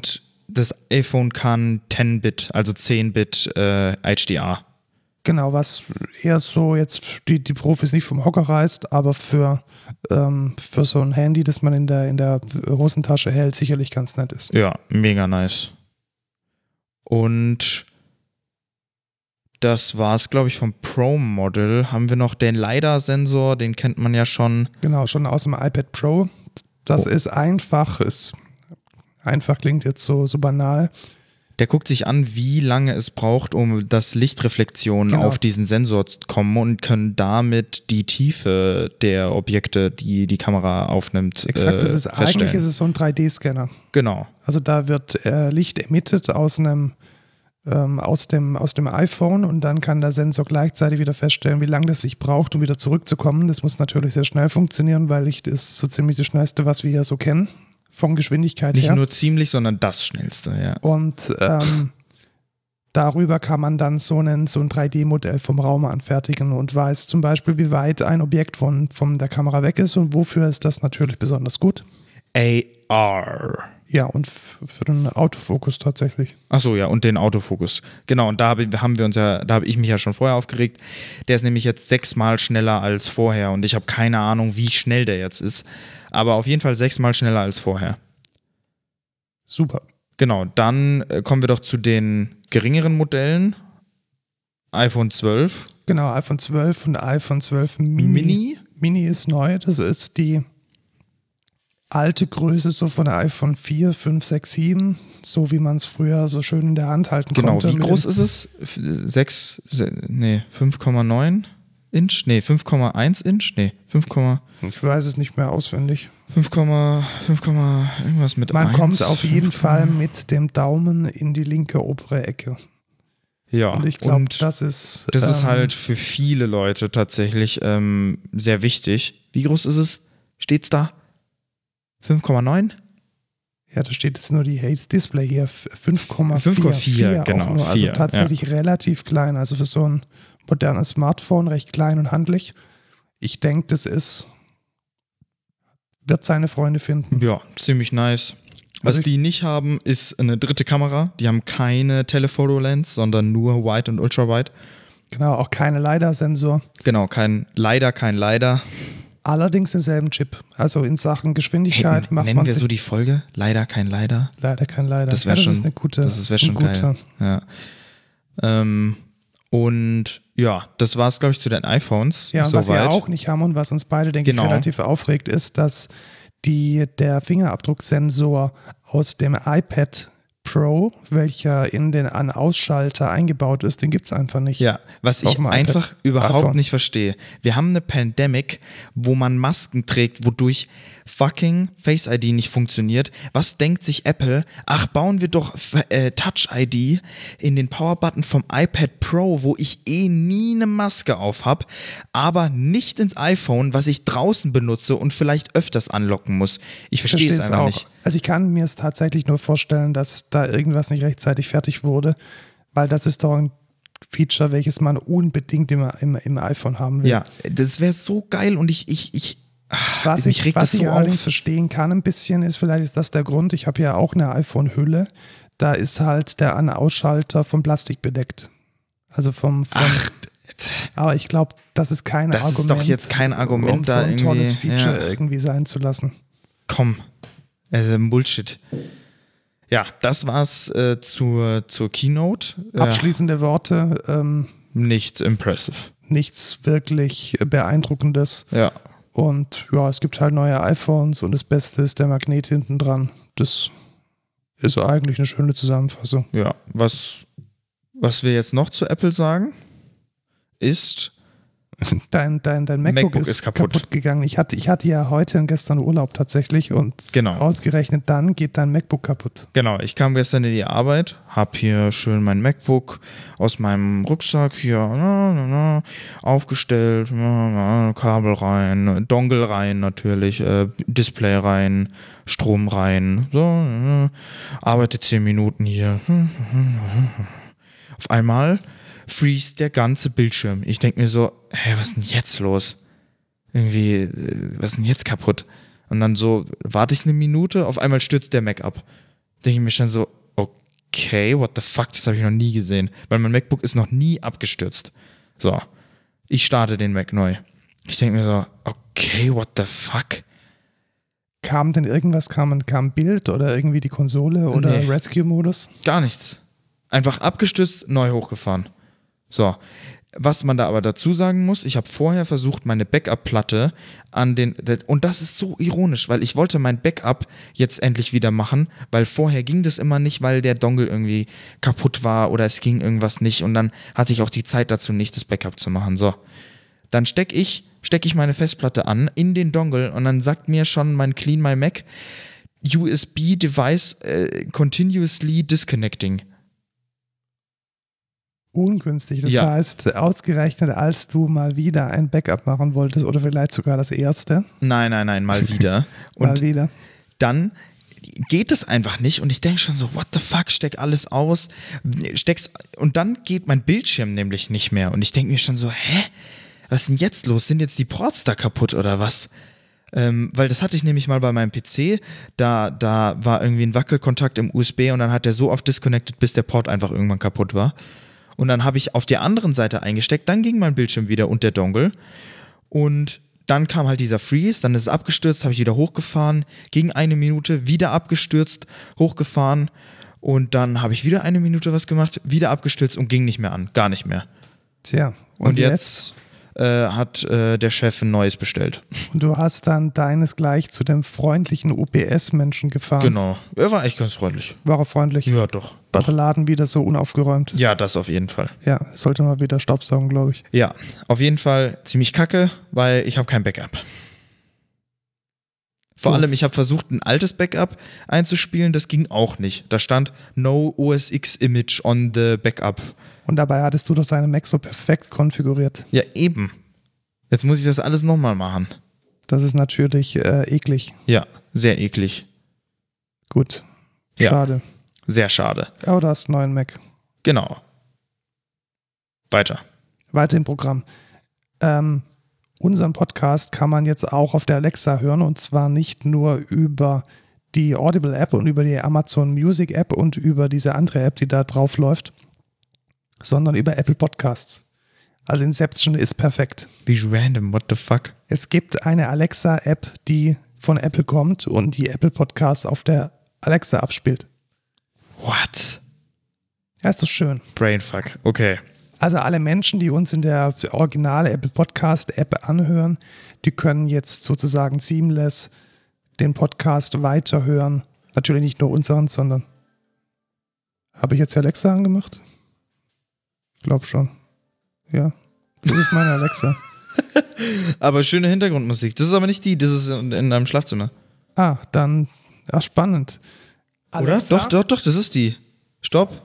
das iPhone kann 10-Bit, also 10-Bit äh, HDR. Genau, was eher so jetzt die, die Profis nicht vom Hocker reißt, aber für, ähm, für so ein Handy, das man in der, in der Hosentasche hält, sicherlich ganz nett ist. Ja, mega nice. Und das war's, glaube ich, vom Pro-Model. Haben wir noch den LiDAR-Sensor, den kennt man ja schon. Genau, schon aus dem iPad Pro. Das Oh. ist einfach, ist einfach klingt jetzt so, so banal. Der guckt sich an, wie lange es braucht, um das Lichtreflexionen Genau. auf diesen Sensor zu kommen und können damit die Tiefe der Objekte, die die Kamera aufnimmt, Exakt, äh, das ist feststellen. eigentlich ist es so ein 3D-Scanner. genau. Also da wird äh, Licht emittet aus einem ähm, aus dem, aus dem iPhone und dann kann der Sensor gleichzeitig wieder feststellen, wie lange das Licht braucht, um wieder zurückzukommen. Das muss natürlich sehr schnell funktionieren, weil Licht ist so ziemlich das Schnellste, was wir hier so kennen, von Geschwindigkeit Nicht her. nur ziemlich, sondern das schnellste, ja. Und ähm, darüber kann man dann so, einen, so ein 3D-Modell vom Raum anfertigen und weiß zum Beispiel, wie weit ein Objekt von, von der Kamera weg ist und wofür ist das natürlich besonders gut. AR. Ja, und f- für den Autofokus tatsächlich. Ach so, ja, und den Autofokus. Genau, und da hab- haben wir uns ja, da habe ich mich ja schon vorher aufgeregt. Der ist nämlich jetzt sechsmal schneller als vorher und ich habe keine Ahnung, wie schnell der jetzt ist. Aber auf jeden Fall sechsmal schneller als vorher. Super. Genau, dann äh, kommen wir doch zu den geringeren Modellen. iPhone 12 Genau, iPhone 12 und iPhone 12 Mini. Mini? Mini ist neu, das ist die alte Größe so von iPhone 4, 5, 6, 7, so wie man es früher so schön in der Hand halten Genau, konnte. wie mit groß dem- ist es? 6, nee, 5,9 Inch? Nee, 5,1 Inch? Nee, 5,5, Ich weiß es nicht mehr auswendig. 5, irgendwas mit Man 1. kommt auf jeden Fall mit dem Daumen in die linke obere Ecke. Ja, Und ich glaube, und- das ist. Das ist ähm, halt für viele Leute tatsächlich ähm, sehr wichtig. Wie groß ist es? Steht's da? 5,9? Ja, da steht jetzt nur die Hate Display hier. f- 5,4. 5,4, auch genau, Nur, also vier, tatsächlich relativ klein. Also für so ein modernes Smartphone recht klein und handlich. Ich denke, das ist. Wird seine Freunde finden. Ja, ziemlich nice. Was Also ich- die nicht haben, ist eine dritte Kamera. Die haben keine Telephoto-Lens, sondern nur Wide und Ultra-Wide. Genau, auch keine LiDAR-Sensor. Genau, kein leider, kein leider. Allerdings denselben Chip. Also in Sachen Geschwindigkeit macht nennen man wir sich so die Folge? Leider, kein leider. leider kein LiDAR. Das wäre ja, das schon, ist eine gute. das ist- wär ein schon guter- geil. Ja. Ähm, und ja, das war's, glaube ich, zu den iPhones. Ja, und was soweit. wir auch nicht haben und was uns beide, denke Genau. ich, relativ aufregt, ist, dass die, der Fingerabdrucksensor aus dem iPad Pro, welcher in den An-Ausschalter eingebaut ist, den gibt es einfach nicht. Ja, was Auf ich dem iPad. einfach überhaupt iPhone. nicht verstehe. Wir haben eine Pandemic, wo man Masken trägt, wodurch fucking Face ID nicht funktioniert. Was denkt sich Apple? Ach, bauen wir doch äh, Touch ID in den Powerbutton vom iPad Pro, wo ich eh nie eine Maske auf habe, aber nicht ins iPhone, was ich draußen benutze und vielleicht öfters anlocken muss. Ich ich verstehe verstehe es es einfach auch. nicht. Also ich kann mir es tatsächlich nur vorstellen, dass da irgendwas nicht rechtzeitig fertig wurde, weil das ist doch ein Feature, welches man unbedingt im, im, im iPhone haben will. Ja, das wäre so geil und ich, ich, ich, ach, Was mich ich, regt das was so ich allerdings auf. verstehen kann ein bisschen, ist vielleicht ist das der Grund, ich habe ja auch eine iPhone-Hülle, da ist halt der An-Ausschalter vom Plastik bedeckt. Also vom, vom Ach, Aber ich glaube, das ist kein Das Argument. ist doch jetzt kein Argument, um so da ein irgendwie- tolles Feature ja. irgendwie sein zu lassen. Komm. Also Bullshit. Ja, das war's äh, zur, zur Keynote. Äh, Abschließende Worte, ähm, nichts impressive. nichts wirklich beeindruckendes. Ja. Und ja, es gibt halt neue iPhones und das Beste ist der Magnet hinten dran. Das ist eigentlich eine schöne Zusammenfassung. Ja. Was, was wir jetzt noch zu Apple sagen, ist, Dein, dein, dein MacBook, MacBook ist, ist kaputt. kaputt. gegangen. Ich hatte, ich hatte ja heute und gestern Urlaub tatsächlich und Genau. ausgerechnet dann geht dein MacBook kaputt. genau, ich kam gestern in die Arbeit, hab hier schön mein MacBook aus meinem Rucksack hier na, na, na, aufgestellt, na, na, Kabel rein, Dongle rein natürlich, äh, Display rein, Strom rein, so, na, na, arbeite 10 Minuten hier, Auf einmal freeze der ganze Bildschirm. Ich denke mir so, hä, was ist denn jetzt los? Irgendwie, äh, was ist denn jetzt kaputt? Und dann so, warte ich eine Minute, auf einmal stürzt der Mac ab. Denke ich mir schon so, okay, what the fuck, das habe ich noch nie gesehen. Weil mein MacBook ist noch nie abgestürzt. So, ich starte den Mac neu. Ich denke mir so, okay, what the fuck? Kam denn irgendwas? Kam, kam Bild oder irgendwie die Konsole oder Nee. Rescue-Modus? Gar nichts. Einfach abgestürzt, neu hochgefahren. So. Was man da aber dazu sagen muss, ich habe vorher versucht, meine Backup-Platte an den. das- Und das ist so ironisch, weil ich wollte mein Backup jetzt endlich wieder machen, weil vorher ging das immer nicht, weil der Dongle irgendwie kaputt war oder es ging irgendwas nicht und dann hatte ich auch die Zeit dazu nicht, das Backup zu machen. So dann stecke ich, steck ich meine Festplatte an in den Dongle und dann sagt mir schon mein Clean My Mac USB Device äh, continuously disconnecting. Ungünstig. Das Ja. heißt, ausgerechnet, als du mal wieder ein Backup machen wolltest oder vielleicht sogar das erste, Nein, nein, nein, mal wieder. mal Und wieder. dann geht es einfach nicht und ich denke schon so, what the fuck, steck alles aus, steck's und dann geht mein Bildschirm nämlich nicht mehr und ich denke mir schon so, hä, was ist denn jetzt los, sind jetzt die Ports da kaputt oder was? Ähm, weil das hatte ich nämlich mal bei meinem PC, da, da war irgendwie ein Wackelkontakt im USB und dann hat der so oft disconnected, bis der Port einfach irgendwann kaputt war. Und dann habe ich auf der anderen Seite eingesteckt, dann ging mein Bildschirm wieder und der Dongle. Und dann kam halt dieser Freeze, dann ist es abgestürzt, habe ich wieder hochgefahren, gegen eine Minute, wieder abgestürzt, hochgefahren und dann habe ich wieder eine Minute was gemacht, wieder abgestürzt und ging nicht mehr an, gar nicht mehr. Tja. Und, jetzt, äh, hat äh, der Chef ein neues bestellt. Und du hast dann deinesgleich zu dem freundlichen UPS-Menschen gefahren. Genau. Er war echt ganz freundlich. War er freundlich. Ja, doch. War der Laden wieder so unaufgeräumt. Ja, das auf jeden Fall. Ja, sollte mal wieder Staubsaugen, glaube ich. Ja, auf jeden Fall ziemlich kacke, weil ich habe kein Backup. Vor Uff. allem, ich habe versucht, ein altes Backup einzuspielen, das ging auch nicht. Da stand No OS X Image on the Backup. Und dabei hattest du doch deine Mac so perfekt konfiguriert. Ja, eben. Jetzt muss ich das alles nochmal machen. Das ist natürlich äh, eklig. Ja, sehr eklig. Gut. Ja. Schade. Sehr schade. Aber du hast einen neuen Mac. Genau. Weiter. Weiter im Programm. Ähm, unseren Podcast kann man jetzt auch auf der Alexa hören und zwar nicht nur über die Audible App und über die Amazon Music App und über diese andere App, die da drauf läuft, sondern über Apple Podcasts. Also Inception ist perfekt. Wie random, what the fuck? Es gibt eine Alexa App, die von Apple kommt und die Apple Podcasts auf der Alexa abspielt. What? Ja, ist doch schön. Brainfuck. Okay. Also alle Menschen, die uns in der originale Apple Podcast App anhören, die können jetzt sozusagen seamless den Podcast weiterhören. Natürlich nicht nur unseren, sondern habe ich jetzt die Alexa angemacht? Ich glaube schon. Ja, das ist meine Alexa. Aber schöne Hintergrundmusik. Das ist aber nicht die, das ist in, in einem Schlafzimmer. Ah, dann ach spannend. Oder? Alexa? Doch, doch, doch, das ist die. Stopp.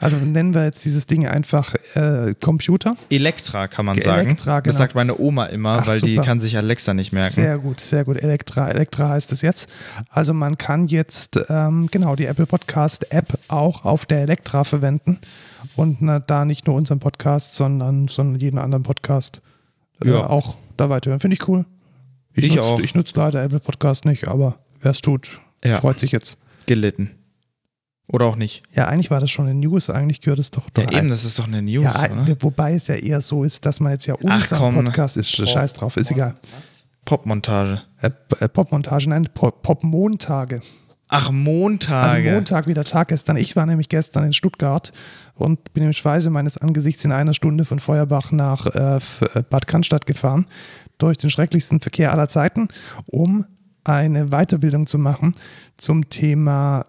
Also nennen wir jetzt dieses Ding einfach äh, Computer. Elektra kann man Elektra, sagen. Das genau. sagt meine Oma immer, Ach, weil die super. kann sich Alexa nicht merken. Sehr gut, sehr gut. Elektra, Elektra heißt es jetzt. Also man kann jetzt ähm, genau die Apple Podcast App auch auf der Elektra verwenden und na, da nicht nur unseren Podcast, sondern, sondern jeden anderen Podcast äh, Ja. auch da weiterhören. Finde ich cool. Ich nutz, auch. Ich nutze leider Apple Podcast nicht, aber wer es tut, Ja. freut sich jetzt. Gelitten. Oder auch nicht. Ja, eigentlich war das schon eine News, eigentlich gehört es doch Ja, doch eben, das ist doch eine News, ja, oder? wobei es ja eher so ist, dass man jetzt ja Ach, unser komm. Oh. Podcast ist. Scheiß drauf, ist egal. Popmontage. Äh, P- äh, Popmontage, nein, Po- Popmontage. Ach, Also Montage. Montag wieder Tag gestern. Ich war nämlich gestern in Stuttgart und bin im Schweiße meines Angesichts in einer Stunde von Feuerbach nach äh, F- äh, Bad Cannstatt gefahren, durch den schrecklichsten Verkehr aller Zeiten, um eine Weiterbildung zu machen zum Thema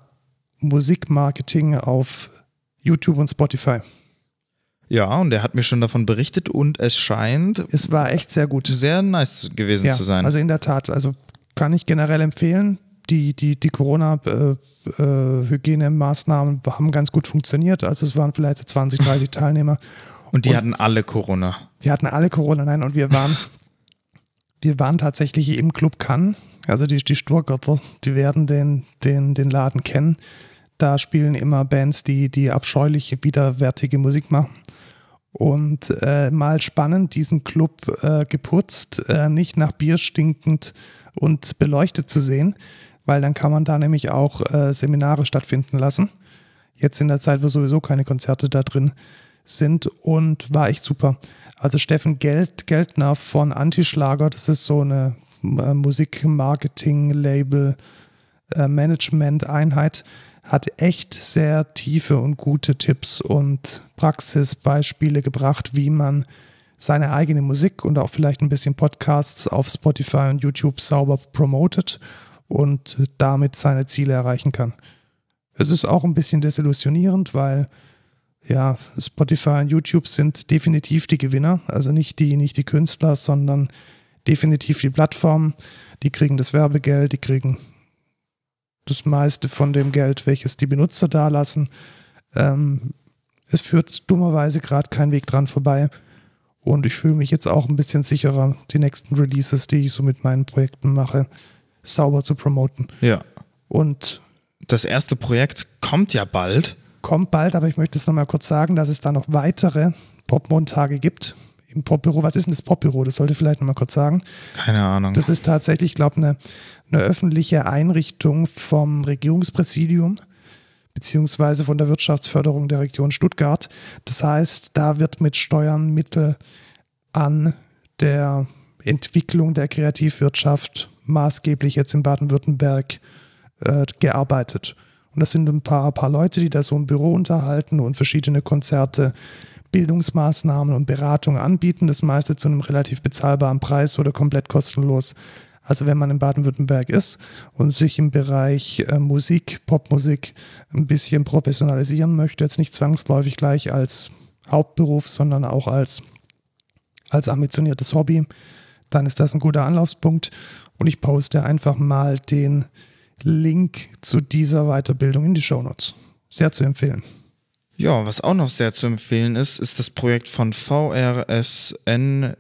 Musikmarketing auf YouTube und Spotify. Ja, und er hat mir schon davon berichtet und es scheint Es war echt sehr gut. sehr nice gewesen zu sein. Also in der Tat, also kann ich generell empfehlen. Die, die, die Corona-Hygienemaßnahmen haben ganz gut funktioniert. Also es waren vielleicht so 20, 30 Teilnehmer. und die und- hatten alle Corona. Die hatten alle Corona, nein, und wir waren, wir waren tatsächlich im Club Cannes. Also die, die Sturgürtel, die werden den, den, den Laden kennen. Da spielen immer Bands, die, die abscheuliche, widerwärtige Musik machen. Und äh, mal spannend, diesen Club äh, geputzt, äh, nicht nach Bier stinkend und beleuchtet zu sehen, weil dann kann man da nämlich auch äh, Seminare stattfinden lassen. Jetzt in der Zeit, wo sowieso keine Konzerte da drin sind und war echt super. Also Steffen Geld, Geldner von Antischlager, das ist so eine äh, Musik-Marketing-Label, äh, Management-Einheit, hat echt sehr tiefe und gute Tipps und Praxisbeispiele gebracht, wie man seine eigene Musik und auch vielleicht ein bisschen Podcasts auf Spotify und YouTube sauber promotet und damit seine Ziele erreichen kann. Es ist auch ein bisschen desillusionierend, weil ja, Spotify und YouTube sind definitiv die Gewinner, also nicht die, nicht die Künstler, sondern definitiv die Plattformen. Die kriegen das Werbegeld, die kriegen das meiste von dem Geld, welches die Benutzer dalassen. Ähm, es führt dummerweise gerade kein Weg dran vorbei. Und ich fühle mich jetzt auch ein bisschen sicherer, die nächsten Releases, die ich so mit meinen Projekten mache, sauber zu promoten. Ja. Und Das erste Projekt kommt ja bald. kommt bald, aber ich möchte es nochmal kurz sagen, dass es da noch weitere Popmontage gibt im Popbüro. Was ist denn das Popbüro? Das sollte ich vielleicht nochmal kurz sagen. Keine Ahnung. Das ist tatsächlich, ich glaube, eine, eine öffentliche Einrichtung vom Regierungspräsidium beziehungsweise von der Wirtschaftsförderung der Region Stuttgart. Das heißt, da wird mit Steuern Mittel an der Entwicklung der Kreativwirtschaft maßgeblich jetzt in Baden-Württemberg äh, gearbeitet. Und das sind ein paar, paar Leute, die da so ein Büro unterhalten und verschiedene Konzerte, Bildungsmaßnahmen und Beratung anbieten. Das meiste zu einem relativ bezahlbaren Preis oder komplett kostenlos. Also wenn man in Baden-Württemberg ist und sich im Bereich äh, Musik, Popmusik ein bisschen professionalisieren möchte, jetzt nicht zwangsläufig gleich als Hauptberuf, sondern auch als, als ambitioniertes Hobby, dann ist das ein guter Anlaufspunkt. Und ich poste einfach mal den Link zu dieser Weiterbildung in die Shownotes. Sehr zu empfehlen. Ja, was auch noch sehr zu empfehlen ist, ist das Projekt von VRSN.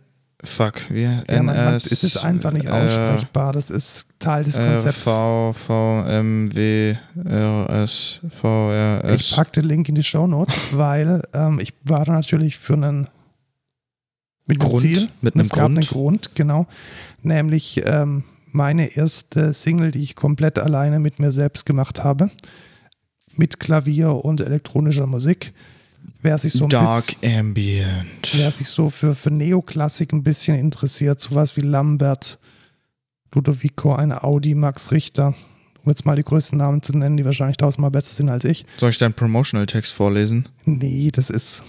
Fuck, wie? Ja, man, man, NS, es ist einfach nicht äh, aussprechbar. Das ist Teil des Äh, Konzepts. v, V, M, W, R, S, V, R, S. Ich packe den Link in die Shownotes, weil ähm, ich war da natürlich für einen mit einem Grund, Ziel. mit Und einem es gab einen Grund. Grund, genau. Nämlich ähm, meine erste Single, die ich komplett alleine mit mir selbst gemacht habe. Mit Klavier und elektronischer Musik. Wer sich so ein bisschen- Dark Ambient. wer sich so für, für Neoklassik ein bisschen interessiert, sowas wie Lambert, Ludovico, ein Audi, Max Richter, um jetzt mal die größten Namen zu nennen, die wahrscheinlich tausendmal besser sind als ich. Soll ich deinen Promotional-Text vorlesen? Nee, das ist,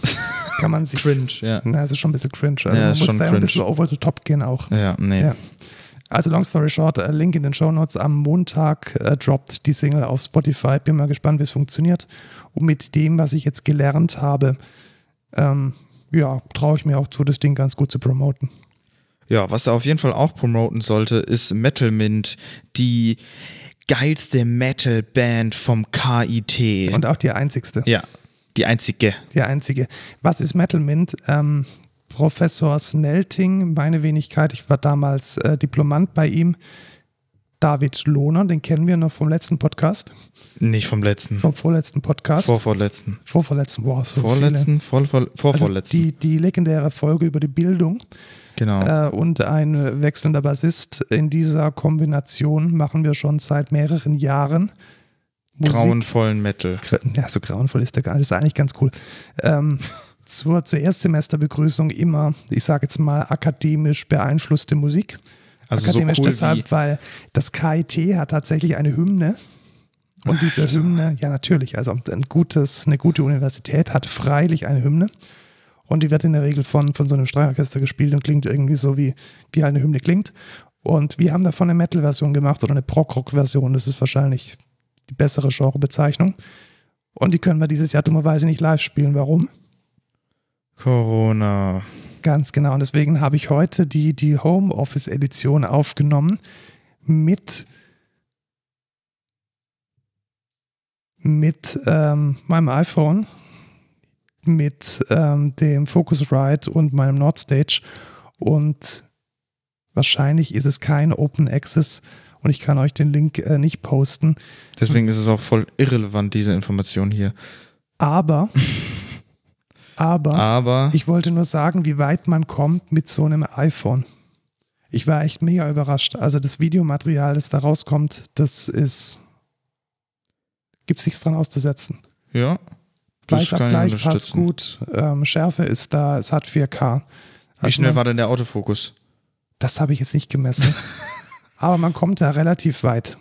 kann man sich. ja. Na, es ist schon ein bisschen cringe. Also Ja, man ist muss schon da ein cringe. bisschen over the top gehen auch. Ja, nee. Ja. Also long story short, äh, Link in den Show Notes. Am Montag äh, droppt die Single auf Spotify. Bin mal gespannt, wie es funktioniert. Und mit dem, was ich jetzt gelernt habe, ähm, ja, traue ich mir auch zu, das Ding ganz gut zu promoten. Ja, was er auf jeden Fall auch promoten sollte, ist Metal Mint, die geilste Metal-Band vom KIT. Und auch die einzigste. ja, die einzige. Die einzige. Was ist Metal Mint? Ähm, Professor Snelting, meine Wenigkeit, ich war damals äh, Diplomant bei ihm. David Lohner, den kennen wir noch vom letzten Podcast, Nicht vom letzten. vom vorletzten Podcast. Vorvorletzten. Vorvorletzten, wow, so viele. Vorletzten, vor, vor, Also vorvorletzten. die, die legendäre Folge über die Bildung genau. äh, und ein wechselnder Bassist in dieser Kombination machen wir schon seit mehreren Jahren Musik- grauenvollen Metal. Ja, so grauenvoll ist der gar nicht. Das ist eigentlich ganz cool. Ähm, zur, zur Erstsemesterbegrüßung immer, ich sage jetzt mal, akademisch beeinflusste Musik. Also so akademisch cool deshalb, weil das KIT hat tatsächlich eine Hymne. Und diese Hymne, ja natürlich, also ein gutes, eine gute Universität hat freilich eine Hymne. Und die wird in der Regel von, von so einem Streichorchester gespielt und klingt irgendwie so, wie, wie halt eine Hymne klingt. Und wir haben davon eine Metal-Version gemacht oder eine Prog-Rock-Version. Das ist wahrscheinlich die bessere Genrebezeichnung. Und die können wir dieses Jahr dummerweise nicht live spielen. Warum? wie Corona. Ganz genau. Und deswegen habe ich heute die, die Homeoffice-Edition aufgenommen mit, mit ähm, meinem iPhone, mit ähm, dem Focusrite und meinem Nordstage. Und wahrscheinlich ist es kein Open Access und ich kann euch den Link äh, nicht posten. Hm. Deswegen ist es auch voll irrelevant, diese Information hier. Aber, aber, Aber Ich wollte nur sagen, wie weit man kommt mit so einem iPhone. Ich war echt mega überrascht. Also das Videomaterial, das da rauskommt, das ist. Gibt es nichts dran auszusetzen. ja, das kann ich Weißabgleich passt unterstützen. gut, ähm, Schärfe ist da, es hat 4K. Wie Also schnell man, war denn der Autofokus? das habe ich jetzt nicht gemessen. Aber man kommt da relativ weit.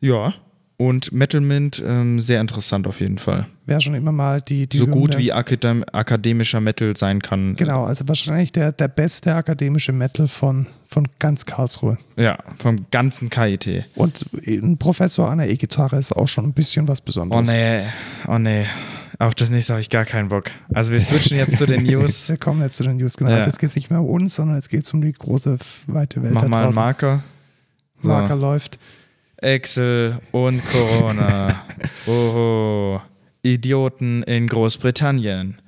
Ja. Und Metal Mint, ähm, sehr interessant auf jeden Fall. Wäre schon immer mal die, die so gut Hymne. wie akadem akademischer Metal sein kann. Genau, also wahrscheinlich der, der beste akademische Metal von, von ganz Karlsruhe. Ja, vom ganzen KIT. Und ein Professor an der E-Gitarre ist auch schon ein bisschen was Oh Besonderes. nee, oh nee. Auf das nächste habe ich gar keinen Bock. Also wir switchen jetzt zu den News. Wir kommen jetzt zu den News. Genau. Ja. Also jetzt geht es nicht mehr um uns, sondern jetzt geht es um die große, weite Welt. Mach da mal einen draußen. Marker. So. Marker läuft. Excel und Corona. Oho. Idioten in Großbritannien.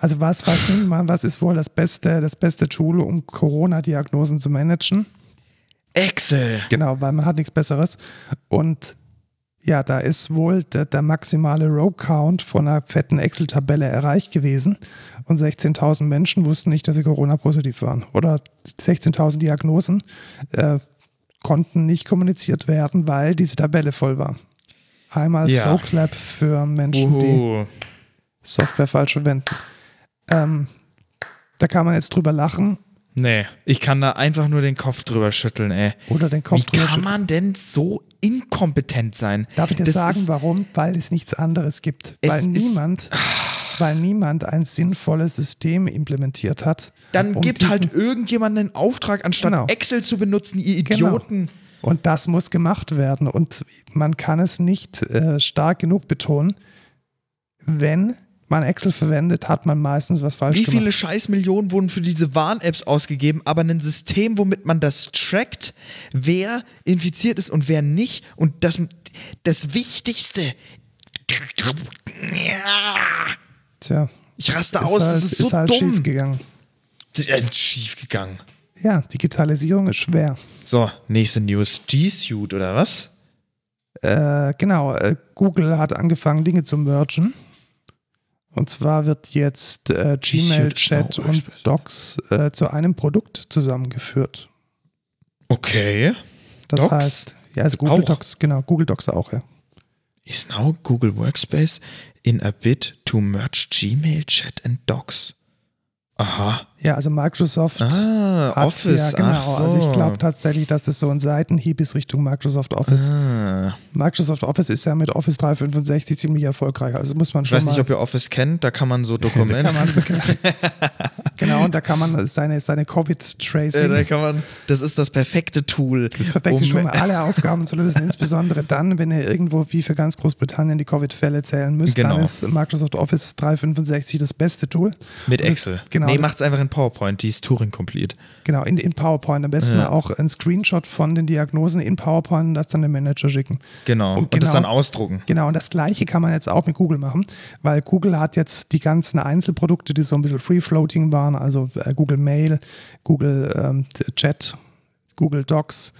Also was, was nimmt man, was ist wohl das beste, das beste Tool, um Corona-Diagnosen zu managen? Excel. Genau, weil man hat nichts Besseres. Und ja, da ist wohl der, der maximale Row-Count von einer fetten Excel-Tabelle erreicht gewesen. Und 16.000 Menschen wussten nicht, dass sie Corona-positiv waren. Oder 16.000 Diagnosen äh, konnten nicht kommuniziert werden, weil diese Tabelle voll war. Einmal als Ja. Row-Clap für Menschen, die Uhu. Software falsch verwenden. Ähm, da kann man jetzt drüber lachen Nee, ich kann da einfach nur den Kopf drüber schütteln, ey. oder den Kopf Wie drüber kann man denn so inkompetent sein? Darf ich dir sagen, ist- warum? Weil es nichts anderes gibt. Es Weil ist- niemand, weil niemand ein sinnvolles System implementiert hat. Dann um gibt diesen- halt irgendjemand einen Auftrag, anstatt Genau. Excel zu benutzen, ihr Genau. Idioten. Und das muss gemacht werden. Und man kann es nicht äh, stark genug betonen. Wenn man Excel verwendet, hat man meistens was falsch Wie gemacht. viele scheiß Millionen wurden für diese Warn-Apps ausgegeben, aber ein System, womit man das trackt, wer infiziert ist und wer nicht und das, das Wichtigste. Tja, Ich raste aus, das ist, so halt dumm. schiefgegangen. Äh, Schief gegangen. Ja, Digitalisierung ist schwer. So, nächste News. G Suite oder was? Äh, genau, äh, Google hat angefangen, Dinge zu mergen. Und zwar wird jetzt äh, Shit, Gmail, Chat genau, und Spaß. Docs äh, zu einem Produkt zusammengeführt. Okay. Das Docs? heißt, ja, also Google Auch? Docs, genau, Google Docs auch, ja. Is now Google Workspace in a bid to merge Gmail, Chat and Docs? Aha. Ja, also Microsoft. Ah, hat- Office. Ja, genau. Ach so. Also ich glaube tatsächlich, dass das so ein Seitenhieb ist Richtung Microsoft Office. ah. Microsoft Office ist ja mit Office 365 ziemlich erfolgreich. Also muss man Ich schon weiß mal nicht, ob ihr Office kennt, da kann man so Dokumente. kann man, genau, und da kann man seine, seine Covid-Tracing. Äh, da kann man, das ist das perfekte Tool. Das perfekt, um um, alle Aufgaben zu lösen, insbesondere dann, wenn ihr irgendwo wie für ganz Großbritannien die Covid-Fälle zählen müsst, Genau. dann ist Microsoft Office 365 das beste Tool. Mit Und das- Excel. Genau, nee, das- macht's einfach in PowerPoint, die ist Turing complete. genau in, in PowerPoint. Am besten Ja. auch ein Screenshot von den Diagnosen in PowerPoint und das dann dem Manager schicken. Genau. Und, Und das genau- dann ausdrucken. Genau, und das gleiche kann man jetzt auch mit Google machen, weil Google hat jetzt die ganzen Einzelprodukte, die so ein bisschen free-floating waren, also äh, Google Mail, Google ähm, Chat, Google Docs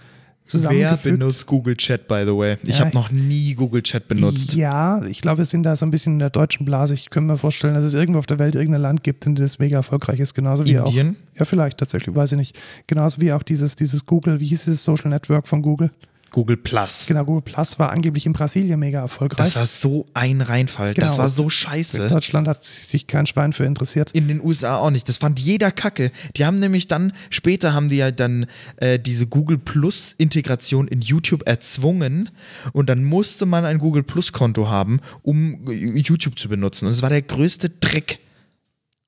Wer zusammengefügt. benutzt Google Chat, by the way? Ich Ja. habe noch nie Google Chat benutzt. Ja, ich glaube, wir sind da so ein bisschen in der deutschen Blase. Ich könnte mir vorstellen, dass es irgendwo auf der Welt irgendein Land gibt, in dem das mega erfolgreich ist. Genauso wie Indien? auch. Ja, vielleicht tatsächlich, weiß ich nicht. Genauso wie auch dieses, dieses Google, wie hieß dieses Social Network von Google? Google Plus. Genau, Google Plus war angeblich in Brasilien mega erfolgreich. Das äh? war so ein Reinfall. Genau. Das war so in scheiße. Deutschland hat sich kein Schwein für interessiert. In den USA auch nicht. Das fand jeder Kacke. Die haben nämlich dann, später haben die ja dann äh, diese Google Plus Integration in YouTube erzwungen und dann musste man ein Google Plus Konto haben, um äh, YouTube zu benutzen. Und es war der größte Dreck.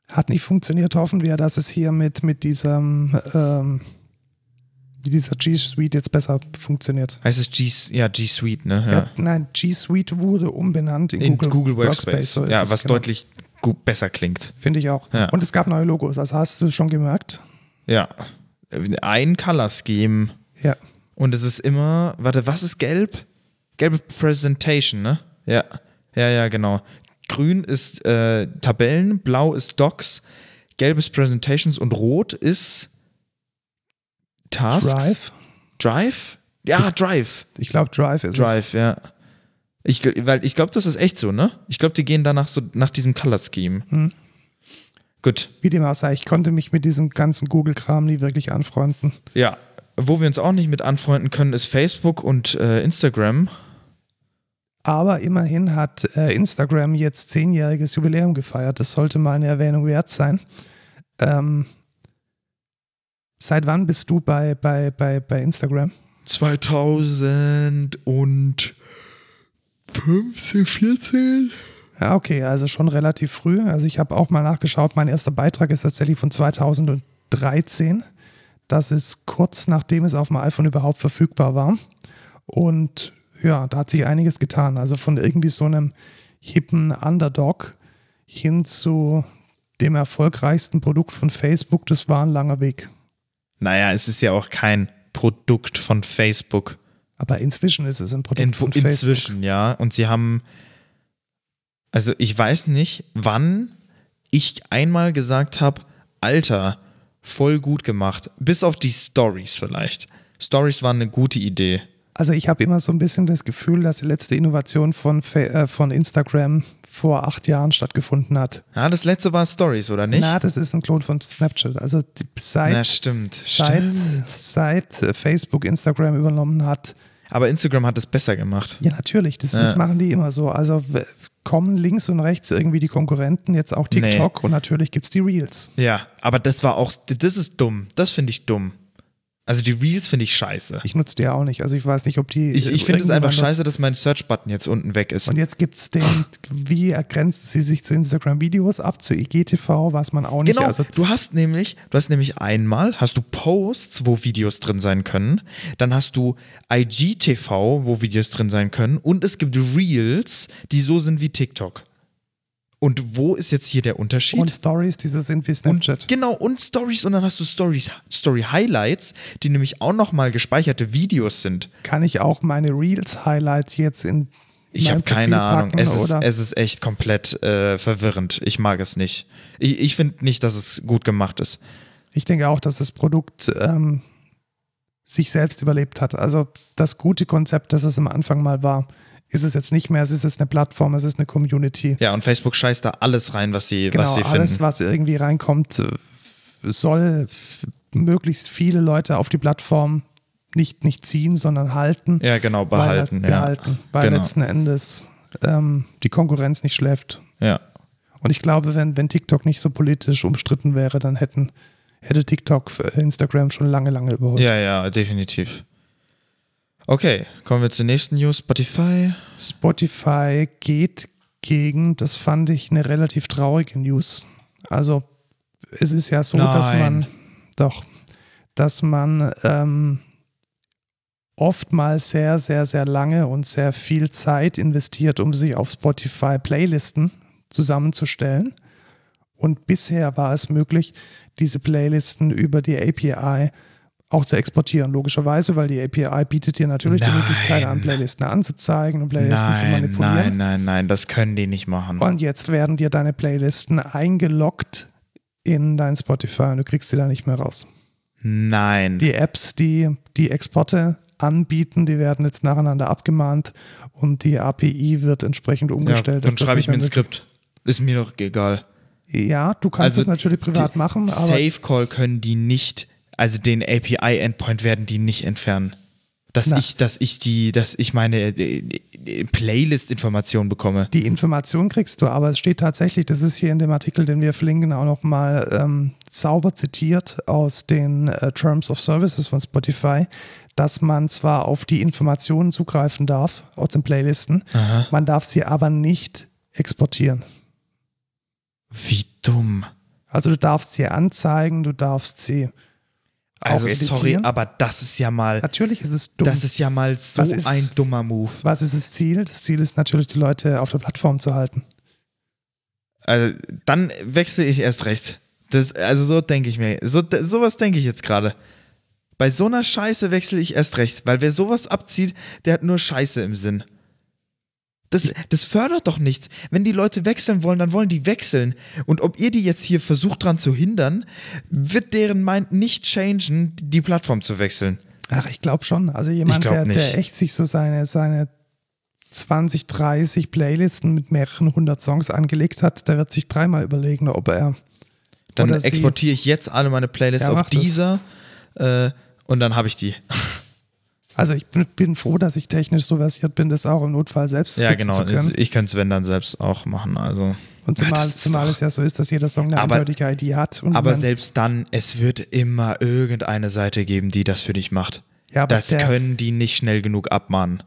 Hat nicht funktioniert. Hoffen wir, dass es hier mit, mit diesem ähm, mit dieser G Suite jetzt besser funktioniert. Heißt es G, ja, G Suite, ne? Ja. Ja, nein, G Suite wurde umbenannt in, In Google, Workspace. so ist ja, es, was genau. deutlich gu- besser klingt. Finde ich auch. Ja. Und es gab neue Logos. Also hast du schon gemerkt? Ja. Ein Color Scheme. Ja. Und es ist immer, warte, was ist gelb? Gelbe Presentation, ne? Ja, ja, ja, genau. Grün ist äh, Tabellen, blau ist Docs, gelb ist Presentations und rot ist Tasks. Drive. Drive? Ja, Drive. Ich glaube, Drive ist es. Drive, ja. Ich, gl- weil ich glaube, das ist echt so, ne? Ich glaube, die gehen danach so nach diesem Color Scheme. Hm. Gut, Wie dem auch sei, ich konnte mich mit diesem ganzen Google-Kram nie wirklich anfreunden. ja. Wo wir uns auch nicht mit anfreunden können, ist Facebook und äh, Instagram. Aber immerhin hat äh, Instagram jetzt zehnjähriges Jubiläum gefeiert. Das sollte mal eine Erwähnung wert sein. Ähm, seit wann bist du bei, bei, bei, bei Instagram? 2015, 14? Ja, okay, also schon relativ früh. Also ich habe auch mal nachgeschaut. Mein erster Beitrag ist tatsächlich von 2013. Das ist kurz nachdem es auf dem iPhone überhaupt verfügbar war. Und ja, da hat sich einiges getan. Also von irgendwie so einem hippen Underdog hin zu dem erfolgreichsten Produkt von Facebook, das war ein langer Weg. Naja, es ist ja auch kein Produkt von Facebook. Aber inzwischen ist es ein Produkt In, von Facebook. inzwischen, ja. Und sie haben, also ich weiß nicht, wann ich einmal gesagt habe, Alter, voll gut gemacht. Bis auf die Stories vielleicht. Stories waren eine gute Idee. Also ich habe immer so ein bisschen das Gefühl, dass die letzte Innovation von, Fa- äh, von Instagram vor acht Jahren stattgefunden hat. Ja, das letzte war Stories, oder nicht? Na, das ist ein Klon von Snapchat. Also die- Na seit, stimmt. seit, stimmt. seit äh, Facebook Instagram übernommen hat, Aber Instagram hat es besser gemacht. ja natürlich, das, das Ja. machen die immer so. Also w- kommen links und rechts irgendwie die Konkurrenten, jetzt auch Nee. TikTok und natürlich gibt es die Reels. Ja, aber das war auch, das ist dumm. Das finde ich dumm. Also die Reels finde ich scheiße. Ich nutze die auch nicht. Also ich weiß nicht, ob die. Ich, ich finde es irgendjemand einfach nutzt. scheiße, dass mein Search-Button jetzt unten weg ist. Und jetzt gibt es den, wie ergrenzen sie sich zu Instagram-Videos ab, zu IGTV, was man auch nicht. Genau, Also du hast nämlich, du hast nämlich einmal, hast du Posts, wo Videos drin sein können, dann hast du IGTV, wo Videos drin sein können und es gibt Reels, die so sind wie TikTok. Und wo ist jetzt hier der Unterschied? und Stories, diese sind wie Snapchat. Genau, und Stories und dann hast du Stories, Story Highlights, die nämlich auch nochmal gespeicherte Videos sind. Kann ich auch meine Reels-Highlights jetzt in. Ich mein habe Profil keine Ahnung. packen, Es ist, oder? es ist echt komplett äh, verwirrend. Ich mag es nicht. Ich, ich finde nicht, dass es gut gemacht ist. Ich denke auch, dass das Produkt ähm, sich selbst überlebt hat. Also das gute Konzept, das es am Anfang mal war, ist es jetzt nicht mehr. Es ist jetzt eine Plattform, es ist eine Community. Ja, und Facebook scheißt da alles rein, was sie, genau, was sie alles, finden. was irgendwie reinkommt, äh, soll f- möglichst viele Leute auf die Plattform nicht, nicht ziehen, sondern halten. Ja, genau, behalten. Weil, ja. behalten, weil Genau. letzten Endes ähm, die Konkurrenz nicht schläft. ja. Und ich glaube, wenn, wenn TikTok nicht so politisch umstritten wäre, dann hätten, hätte TikTok für Instagram schon lange, lange überholt. ja, ja, definitiv. Okay, kommen wir zur nächsten News. Spotify. Spotify geht gegen, das fand ich eine relativ traurige News. Also es ist ja so, dass Nein. man doch, dass man ähm, oftmals sehr, sehr, sehr lange und sehr viel Zeit investiert, um sich auf Spotify Playlisten zusammenzustellen. Und bisher war es möglich, diese Playlisten über die API auch zu exportieren, logischerweise, weil die API bietet dir natürlich die Nein. Möglichkeit an, Playlisten anzeigen und Playlisten zu Nein, manipulieren. nein, nein, nein, das können die nicht machen. Und jetzt werden dir deine Playlisten eingeloggt in dein Spotify und du kriegst sie da nicht mehr raus. Nein. Die Apps, die die Exporte anbieten, die werden jetzt nacheinander abgemahnt und die API wird entsprechend ja, umgestellt. dass dann das schreibe nicht ich mir ein mehr Skript. Ist mir doch egal. möglich- Ja, du kannst Also es natürlich privat die- machen, aber Safe Call können die nicht, also den API Endpoint werden die nicht entfernen. Dass Na. ich, dass ich die, dass ich meine äh, äh, Playlist-Information bekomme. Die Information kriegst du, aber es steht tatsächlich, das ist hier in dem Artikel, den wir verlinken, auch nochmal ähm, sauber zitiert aus den äh, Terms of Services von Spotify, dass man zwar auf die Informationen zugreifen darf aus den Playlisten, man darf sie aber nicht exportieren. Wie dumm. Also du darfst sie anzeigen, du darfst sie Also auch sorry, editieren. aber das ist ja mal, Natürlich ist es dumm. das ist ja mal so Was ist- ein dummer Move. Was ist das Ziel? Das Ziel ist natürlich, die Leute auf der Plattform zu halten. Also, dann wechsle ich erst recht. Das, also so denke ich mir. So, d- sowas denke ich jetzt gerade. Bei so einer Scheiße wechsle ich erst recht, weil wer sowas abzieht, der hat nur Scheiße im Sinn. Das, das fördert doch nichts. Wenn die Leute wechseln wollen, dann wollen die wechseln. Und ob ihr die jetzt hier versucht dran zu hindern, wird deren Mind nicht changen, die Plattform zu wechseln. Ach, ich glaube schon. Also jemand, glaub der, nicht. der echt sich so seine, seine 20, 30 Playlisten mit mehreren hundert Songs angelegt hat, der wird sich dreimal überlegen, ob er. Dann Oder sie- exportiere ich jetzt alle meine Playlists Ja, auf macht das. dieser äh, und dann habe ich die. Also ich bin, bin froh, dass ich technisch so versiert bin, das auch im Notfall selbst Ja, skippen genau. zu können. Ich könnte es, wenn dann selbst auch machen. Also. Und zumal, Ja, das ist zumal doch- es ja so ist, dass jeder Song eine Aber- eindeutige ID hat. Und Aber man- selbst dann, es wird immer irgendeine Seite geben, die das für dich macht. Ja, aber das der- können die nicht schnell genug abmahnen.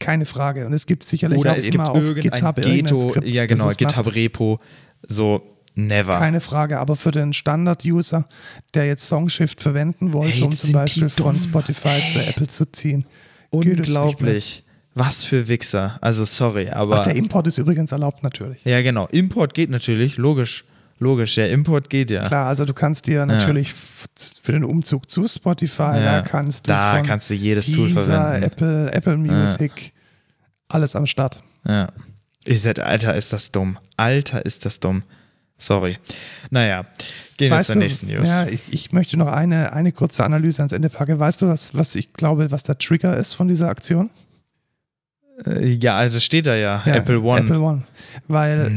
keine Frage. Und es gibt sicherlich auch Oder es gibt immer auf irgendein GitHub irgendein Ghetto, Skript, ja das genau, es macht. GitHub-Repo, so never. Keine Frage, aber für den Standard-User, der jetzt Songshift verwenden wollte, Hey, um jetzt zum sind Beispiel die dumm. von Spotify zu Apple zu ziehen. geht jetzt nicht mehr. Unglaublich. Was für Wichser. Also sorry, aber... Ach, der Import ist übrigens erlaubt natürlich. ja genau, Import geht natürlich, logisch. Logisch, der Import geht ja. Klar, also du kannst dir natürlich f- für den Umzug zu Spotify, Ja. da kannst du Da von kannst du jedes Tool Deezer, verwenden. Apple, Apple Music, alles am Start. Ja. Ihr seid, Alter, ist das dumm. Alter, ist das dumm. Sorry. Naja, gehen wir zur nächsten News. Ja, ich, ich möchte noch eine, eine kurze Analyse ans Ende packen. Weißt du, was, was ich glaube, was der Trigger ist von dieser Aktion? Äh, Ja, also steht da ja, Ja, Apple One. Apple One. äh, Weil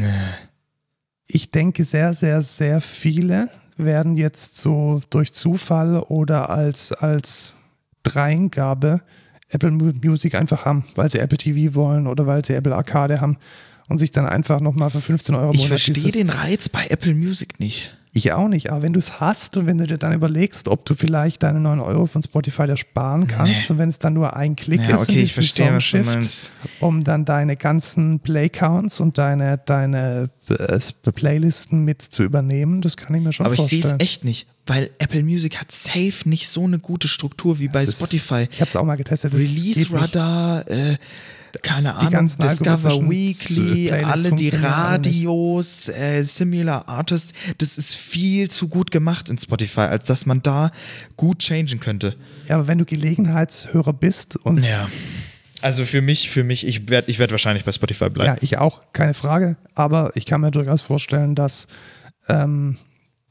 ich denke, sehr, sehr, sehr viele werden jetzt so durch Zufall oder als, als Dreingabe Apple Mu- Music einfach haben, weil sie Apple TV wollen oder weil sie Apple Arcade haben und sich dann einfach nochmal für 15 Euro im Ich Monat verstehe dieses- den Reiz bei Apple Music nicht. Ich auch nicht, aber wenn du es hast und wenn du dir dann überlegst, ob du vielleicht deine 9 Euro von Spotify dir sparen kannst und wenn es dann nur ein Klick Ja, ist okay, in ich diesem verstehe, was du Songshift, meinst. um dann deine ganzen Playcounts und deine, deine äh, Playlisten mit zu übernehmen, das kann ich mir schon Aber ich sehe vorstellen. es echt nicht, weil Apple Music hat safe nicht so eine gute Struktur wie bei Das ist- Spotify. Ich habe es auch mal getestet. das geht Release nicht. Radar, äh, keine Ahnung, ganzen Discover algorithmischen Weekly, Playlists alle die funktionieren alle nicht. Radios, äh, Similar Artists, das ist viel zu gut gemacht in Spotify, als dass man da gut changen könnte. Ja, aber wenn du Gelegenheitshörer bist und Ja. Also für mich, für mich, ich werde ich werd wahrscheinlich bei Spotify bleiben. Ja, ich auch, keine Frage. Aber ich kann mir durchaus vorstellen, dass, ähm,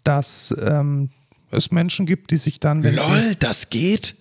dass ähm, es Menschen gibt, die sich dann, wenn sie, Lol, das geht?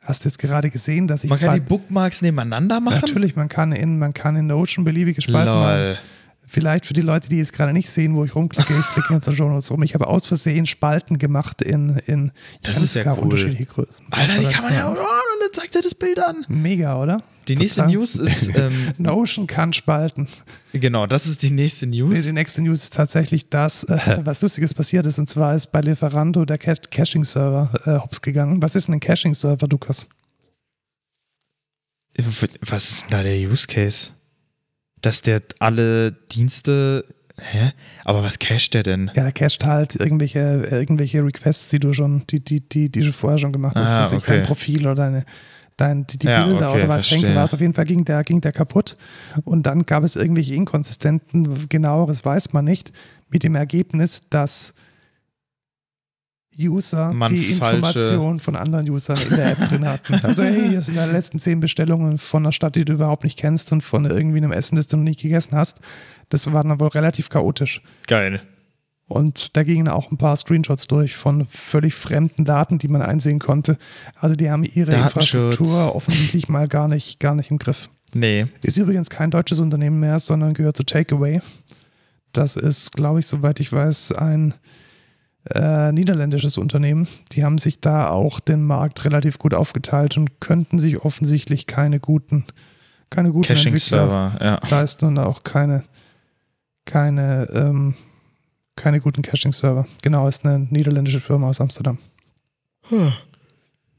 hast du jetzt gerade gesehen, dass ich Man kann zwar- die Bookmarks nebeneinander machen? natürlich, man kann in, man kann in Notion beliebige Spalten machen. Lol. Vielleicht für die Leute, die jetzt gerade nicht sehen, wo ich rumklicke, ich klicke unter Show Notes rum. Ich habe aus Versehen Spalten gemacht in, in ich Das kann ist ja sogar cool. unterschiedliche Größen. Alter, die kann man ja. Oh, auch. und dann zeigt er das Bild an. Mega, oder? Die nächste Total. News ist, ähm, Notion kann spalten. genau, das ist die nächste Nee, News. die nächste News ist tatsächlich das, äh, was Lustiges passiert ist. Und zwar ist bei Lieferando der Ca- Caching-Server äh, hops gegangen. Was ist denn ein Caching-Server, Lukas? Was ist denn da der Use Case? Dass der alle Dienste. Hä? Aber was cached der denn? Ja, der cached halt irgendwelche, irgendwelche Requests, die du schon, die, die, die, die du vorher schon gemacht hast. Ah, Also okay. Dein Profil oder deine, dein, die, die Ja, Bilder okay, oder was verstehe. denke was. Auf jeden Fall ging der, ging der kaputt. Und dann gab es irgendwelche Inkonsistenten, genaueres weiß man nicht, mit dem Ergebnis, dass User Man die falsche- Informationen von anderen Usern in der App drin hatten. Also hey, hier sind deine letzten zehn Bestellungen von einer Stadt, die du überhaupt nicht kennst und von irgendwie einem Essen, das du noch nicht gegessen hast. Das war dann wohl relativ chaotisch. Geil. Und da gingen auch ein paar Screenshots durch von völlig fremden Daten, die man einsehen konnte. Also die haben ihre Datenschutz. Infrastruktur offensichtlich mal gar nicht, gar nicht im Griff. Nee. Ist übrigens kein deutsches Unternehmen mehr, sondern gehört zu Takeaway. Das ist, glaube ich, soweit ich weiß, ein äh, niederländisches Unternehmen. Die haben sich da auch den Markt relativ gut aufgeteilt und könnten sich offensichtlich keine guten, keine guten Entwickler Caching-Server, ja. leisten und auch keine, keine, ähm, keine guten Caching-Server. Genau, ist eine niederländische Firma aus Amsterdam.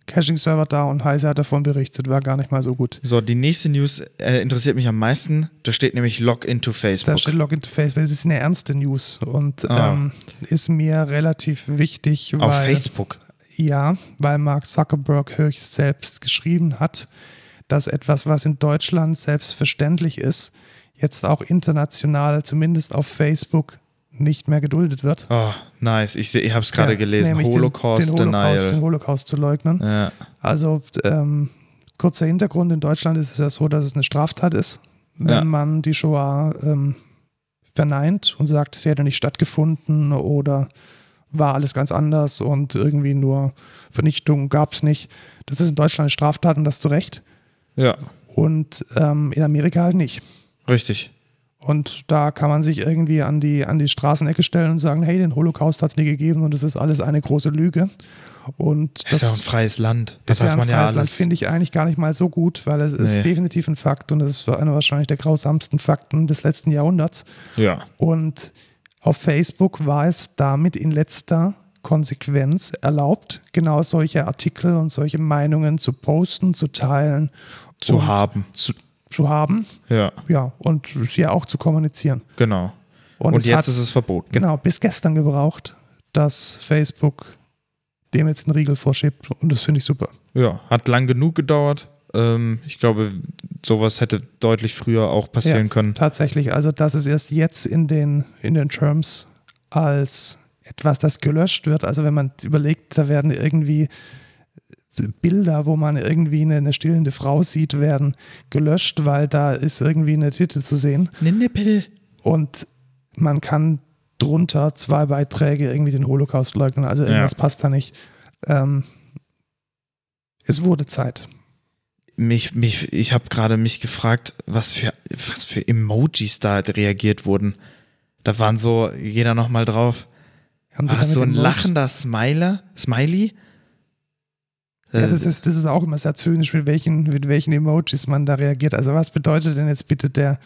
Caching-Server da und Heise hat davon berichtet, war gar nicht mal so gut. So, die nächste News äh, interessiert mich am meisten. Da steht nämlich Login to Da Facebook. steht Login to Facebook. Es ist eine ernste News und Ah. ähm, ist mir relativ wichtig, weil, Auf Facebook. ja, weil Mark Zuckerberg höchst selbst geschrieben hat, dass etwas, was in Deutschland selbstverständlich ist, jetzt auch international, zumindest auf Facebook, nicht mehr geduldet wird. Oh, nice. Ich, seh- ich habe es gerade Ja, gelesen. nämlich den- Holocaust den Holocaust, Denial. den Holocaust zu leugnen. Ja. Also ähm, kurzer Hintergrund, in Deutschland ist es ja so, dass es eine Straftat ist, wenn Ja. man die Shoah ähm, verneint und sagt, sie hätte nicht stattgefunden oder war alles ganz anders und irgendwie nur Vernichtung gab es nicht. Das ist in Deutschland eine Straftat und das zu Recht. ja, Und ähm, in Amerika halt nicht. richtig. Und da kann man sich irgendwie an die, an die Straßenecke stellen und sagen, hey, den Holocaust hat es nie gegeben und es ist alles eine große Lüge. Und Das ist ja auch ein freies Land. Da das darf ja ein man ja freies Land alles. finde ich eigentlich gar nicht mal so gut, weil es ist Nee. definitiv ein Fakt und es ist einer wahrscheinlich der grausamsten Fakten des letzten Jahrhunderts. Ja. Und auf Facebook war es damit in letzter Konsequenz erlaubt, genau solche Artikel und solche Meinungen zu posten, zu teilen, Zu und haben. Zu, zu haben, Ja, ja, und hier auch zu kommunizieren. genau. Und, Und, es jetzt hat, ist es verboten. genau bis gestern gebraucht, dass Facebook dem jetzt den Riegel vorschiebt und das finde ich super. Ja, hat lang genug gedauert. Ähm, ich glaube, sowas hätte deutlich früher auch passieren können. Tatsächlich, also das ist erst jetzt in den, in den Terms als etwas, das gelöscht wird. Also wenn man überlegt, da werden irgendwie Bilder, wo man irgendwie eine, eine stillende Frau sieht, werden gelöscht, weil da ist irgendwie eine Titel zu sehen. Eine Nippel. Und man kann drunter zwei Beiträge irgendwie den Holocaust leugnen. Also irgendwas Ja. passt da nicht. Ähm, es wurde Zeit. Mich, mich, ich habe gerade mich gefragt, was für, was für Emojis da reagiert wurden. Da waren so, jeder nochmal drauf. Haben die War das damit so ein den Mund- lachender Smiler? Smiley? Ja, Äh, das ist, das ist auch immer sehr zynisch, mit welchen, mit welchen Emojis man da reagiert. Also was bedeutet denn jetzt bitte der,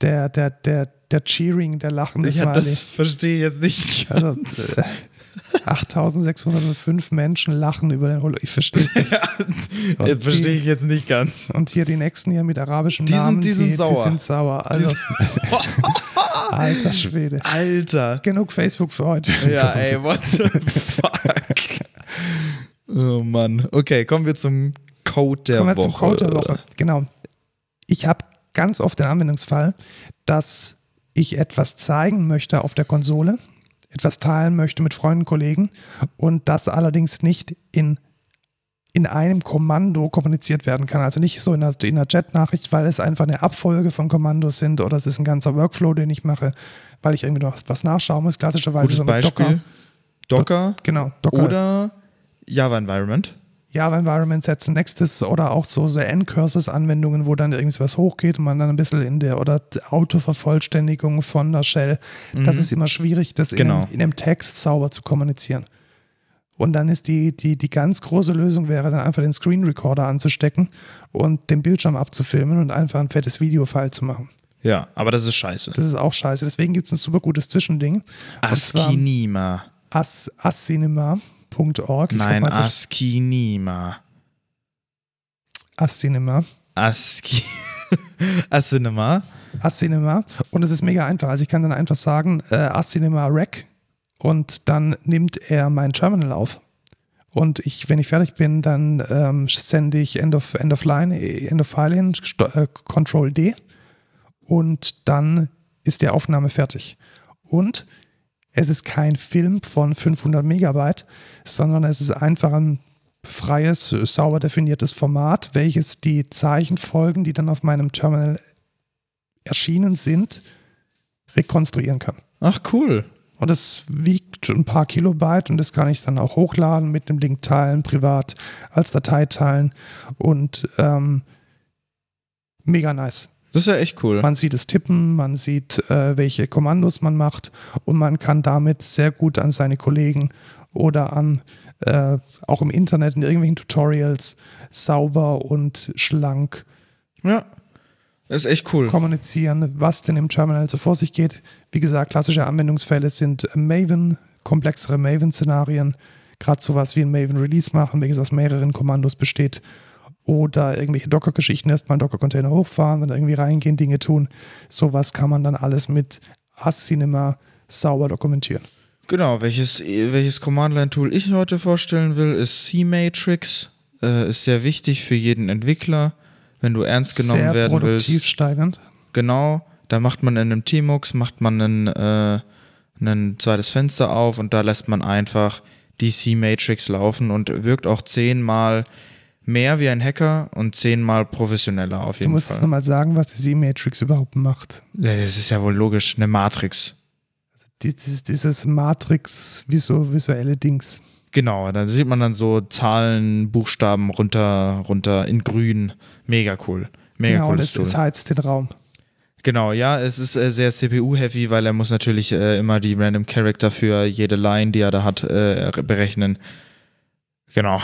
der, der, der, der Cheering, der Lachen ja, das verstehe ich jetzt nicht. Also äh, 8605 Menschen lachen über den Holo. Ich verstehe es nicht. Das verstehe ich jetzt nicht ganz. Und hier die nächsten hier mit arabischen Die sind- Namen, die sind die sauer. sind sauer. Also, alter Schwede. Alter. Genug Facebook für heute. Ja, ey, what the fuck? Oh Mann. Okay, kommen wir zum Code der Kommen wir Woche. zum Code der Woche. Genau. Ich habe ganz oft den Anwendungsfall, dass ich etwas zeigen möchte auf der Konsole, etwas teilen möchte mit Freunden, Kollegen und das allerdings nicht in, in einem Kommando kommuniziert werden kann. Also nicht so in einer, in einer Chat-Nachricht, weil es einfach eine Abfolge von Kommandos sind oder es ist ein ganzer Workflow, den ich mache, weil ich irgendwie noch was nachschauen muss, klassischerweise Gutes Also so mit Docker. Beispiel. Docker, Genau, Docker. oder Java Environment. Java Environment setzen, Nextest oder auch so, so N-Curses-Anwendungen, wo dann irgendwie was hochgeht und man dann ein bisschen in der oder Autovervollständigung von der Shell. Das ist immer schwierig, das Mhm. Genau. in, einem, in einem Text sauber zu kommunizieren. Und dann ist die, die, die ganz große Lösung wäre dann einfach den Screen Recorder anzustecken und den Bildschirm abzufilmen und einfach ein fettes Videofile zu machen. Ja, aber das ist scheiße. Das ist auch scheiße. Deswegen gibt es ein super gutes Zwischending. Und zwar Askinima. As, ascinema.org. Ich Nein, guck mal, ob- Askinima. Ascinema. Aski. Ascinema. AsCinema und es ist mega einfach. Also ich kann dann einfach sagen, äh, AsCinema Rec und dann nimmt er mein Terminal auf. Und ich, wenn ich fertig bin, dann ähm, sende ich End of, End of Line, äh, End of File hin, Sto- äh, Control D und dann ist die Aufnahme fertig. Und es ist kein Film von 500 Megabyte, sondern es ist einfach ein freies, sauber definiertes Format, welches die Zeichenfolgen, die dann auf meinem Terminal erschienen sind, rekonstruieren kann. Ach, cool. Und das wiegt ein paar Kilobyte und das kann ich dann auch hochladen, mit dem Link teilen, privat, als Datei teilen und ähm, mega nice. Das ist ja echt cool. Man sieht es tippen, man sieht, äh, welche Kommandos man macht und man kann damit sehr gut an seine Kollegen oder an äh, auch im Internet in irgendwelchen Tutorials sauber und schlank ja. Das ist echt cool. kommunizieren, was denn im Terminal so vor sich geht. Wie gesagt, klassische Anwendungsfälle sind Maven, komplexere Maven-Szenarien, gerade sowas wie ein Maven Release machen, welches aus mehreren Kommandos besteht. Oder irgendwelche Docker-Geschichten, erstmal einen Docker-Container hochfahren, dann irgendwie reingehen, Dinge tun. Sowas kann man dann alles mit AsCinema sauber dokumentieren. Genau, welches, welches Command-Line-Tool ich heute vorstellen will, ist C-Matrix. Äh, ist sehr wichtig für jeden Entwickler, wenn du ernst genommen Sehr werden produktiv willst. steigernd. Genau, da macht man in einem Tmux, macht man einen, äh, ein zweites Fenster auf und da lässt man einfach die C-Matrix laufen und wirkt auch zehnmal mehr wie ein Hacker und zehnmal professioneller auf Du jeden musst jetzt Fall. nochmal sagen, was die Z-Matrix überhaupt macht. Ja, das ist ja wohl logisch, eine Matrix. Die- Dieses, dieses Matrix-visuelle Dings. Genau, dann sieht man dann so Zahlen, Buchstaben runter, runter in grün. Mega cool. Mega genau, cooles das, Tool. das heizt den Raum. Genau, ja, es ist äh, sehr CPU-heavy, weil er muss natürlich äh, immer die Random Character für jede Line, die er da hat, äh, berechnen. Genau.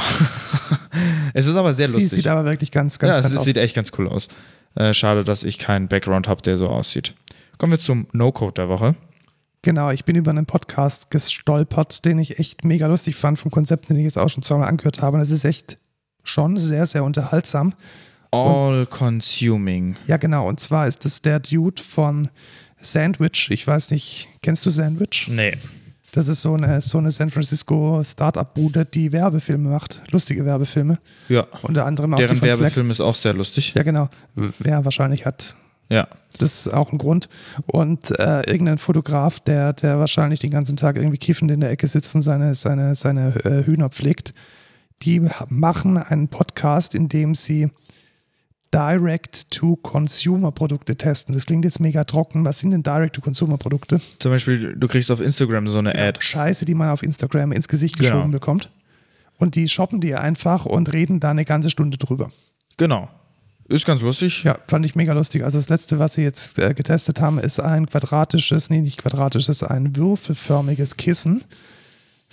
es ist aber sehr Sie lustig. sieht aber wirklich ganz, ganz ja, es nett ist- aus. sieht echt ganz cool aus. Äh, schade, dass ich keinen Background habe, der so aussieht. Kommen wir zum No-Code der Woche. Genau, ich bin über einen Podcast gestolpert, den ich echt mega lustig fand vom Konzept, den ich jetzt auch schon zweimal angehört habe. Und es ist echt schon sehr, sehr unterhaltsam. Oh. All-consuming. Ja, genau. Und zwar ist es der Dude von Sandwich. Ich weiß nicht, kennst du Sandwich? Nee. Das ist so eine, so eine San Francisco Startup-Bude, die Werbefilme macht. Lustige Werbefilme. Ja. Unter anderem auch die Deren von Slack. Werbefilm ist auch sehr lustig. Ja, genau. Ja, wahrscheinlich hat ja. Das ist auch ein Grund. Und äh, irgendein Fotograf, der, der wahrscheinlich den ganzen Tag irgendwie kiffend in der Ecke sitzt und seine, seine, seine äh, Hühner pflegt, die ha- machen einen Podcast, in dem sie Direct-to-Consumer-Produkte testen. Das klingt jetzt mega trocken. Was sind denn Direct-to-Consumer-Produkte? Zum Beispiel, du kriegst auf Instagram so eine Ad. Scheiße, die man auf Instagram ins Gesicht geschoben Genau. bekommt. Und die shoppen die einfach und reden da eine ganze Stunde drüber. Genau. Ist ganz lustig. Ja, fand ich mega lustig. Also das letzte, was sie jetzt äh, getestet haben, ist ein quadratisches, nee, nicht quadratisches, ein würfelförmiges Kissen,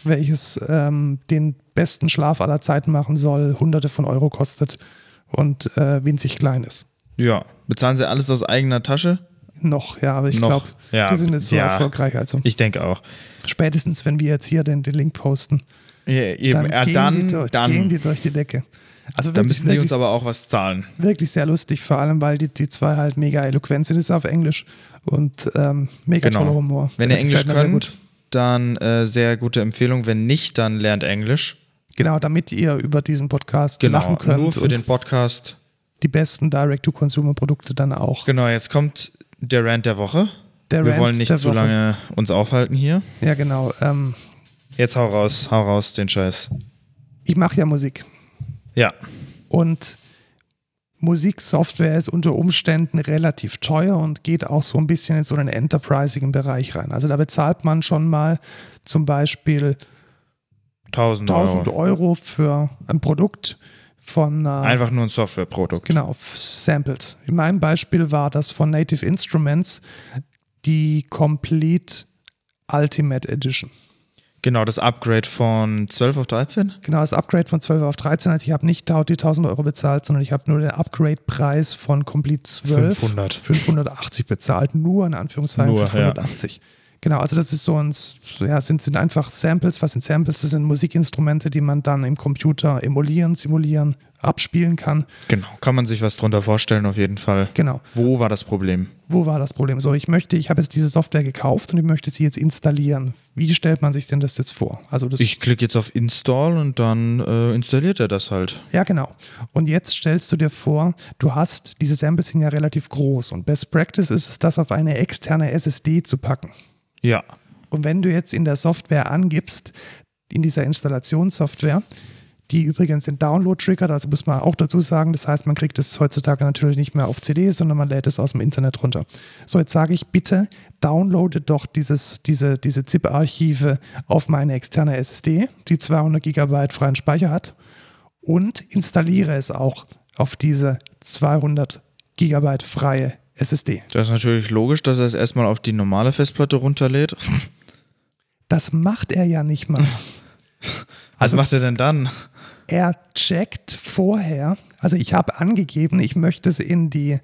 welches ähm, den besten Schlaf aller Zeiten machen soll, hunderte von Euro kostet und äh, winzig klein ist. Ja. Bezahlen sie alles aus eigener Tasche? Noch, ja, aber ich Noch, glaube, ja, die sind jetzt so ja. erfolgreich. Also Ich denke auch. spätestens, wenn wir jetzt hier den, den Link posten, Ja, eben. dann, Dann, dann, gehen, die durch, gehen dann, die durch die Decke. Also dann wirklich, müssen die uns wirklich aber auch was zahlen. wirklich sehr lustig, vor allem weil die, die zwei halt mega eloquent sind, ist auf Englisch und ähm, mega Genau. toller Humor. Wenn ihr Gefällt Englisch mir sehr gut. könnt, dann äh, sehr gute Empfehlung. Wenn nicht, dann lernt Englisch. Genau. Genau, damit ihr über diesen Podcast lachen könnt Nur für und den Podcast. die besten Direct-to-Consumer-Produkte dann auch. Genau, jetzt kommt der Rant der Woche. Der Wir Rant wollen nicht der zu Woche. lange uns aufhalten hier. Ja, genau. Ähm, Jetzt hau raus, hau raus den Scheiß. ich mache ja Musik Ja. und Musiksoftware ist unter Umständen relativ teuer und geht auch so ein bisschen in so einen enterprisigen Bereich rein. Also da bezahlt man schon mal zum Beispiel 1000 Euro. 1000 Euro für ein Produkt von einer Einfach nur ein Softwareprodukt. Genau, f- Samples. In meinem Beispiel war das von Native Instruments die Complete Ultimate Edition. Genau, das Upgrade von 12 auf 13? Genau, das Upgrade von 12 auf 13. Also ich habe nicht tau- die 1000 Euro bezahlt, sondern ich habe nur den Upgrade-Preis von Complete 12. 500. 580 bezahlt. Nur in Anführungszeichen Nur, ja. 580. Genau, also das ist so ein, S- ja, sind, sind einfach Samples. Was sind Samples? Das sind Musikinstrumente, die man dann im Computer emulieren, simulieren, abspielen kann. Genau. Kann man sich was drunter vorstellen, auf jeden Fall. Genau. Wo war das Problem? Wo war das Problem? So, ich möchte, ich habe jetzt diese Software gekauft und ich möchte sie jetzt installieren. Wie stellt man sich denn das jetzt vor? Also das Ich klicke jetzt auf Install und dann äh, installiert er das halt. ja genau. Und jetzt stellst du dir vor, du hast diese Samples sind ja relativ groß und Best Practice ist es, das auf eine externe SSD zu packen. Ja. Und wenn du jetzt in der Software angibst, in dieser Installationssoftware, die übrigens den Download triggert, also muss man auch dazu sagen, das heißt, man kriegt es heutzutage natürlich nicht mehr auf CD, sondern man lädt es aus dem Internet runter. So, jetzt sage ich bitte, downloade doch dieses, diese, diese ZIP-Archive auf meine externe SSD, die 200 GB freien Speicher hat und installiere es auch auf diese 200 Gigabyte freie SSD. Das ist natürlich logisch, dass er es erstmal auf die normale Festplatte runterlädt. Das macht er ja nicht mal. Was macht er denn dann? er checkt vorher, also ich habe angegeben, ich möchte es in die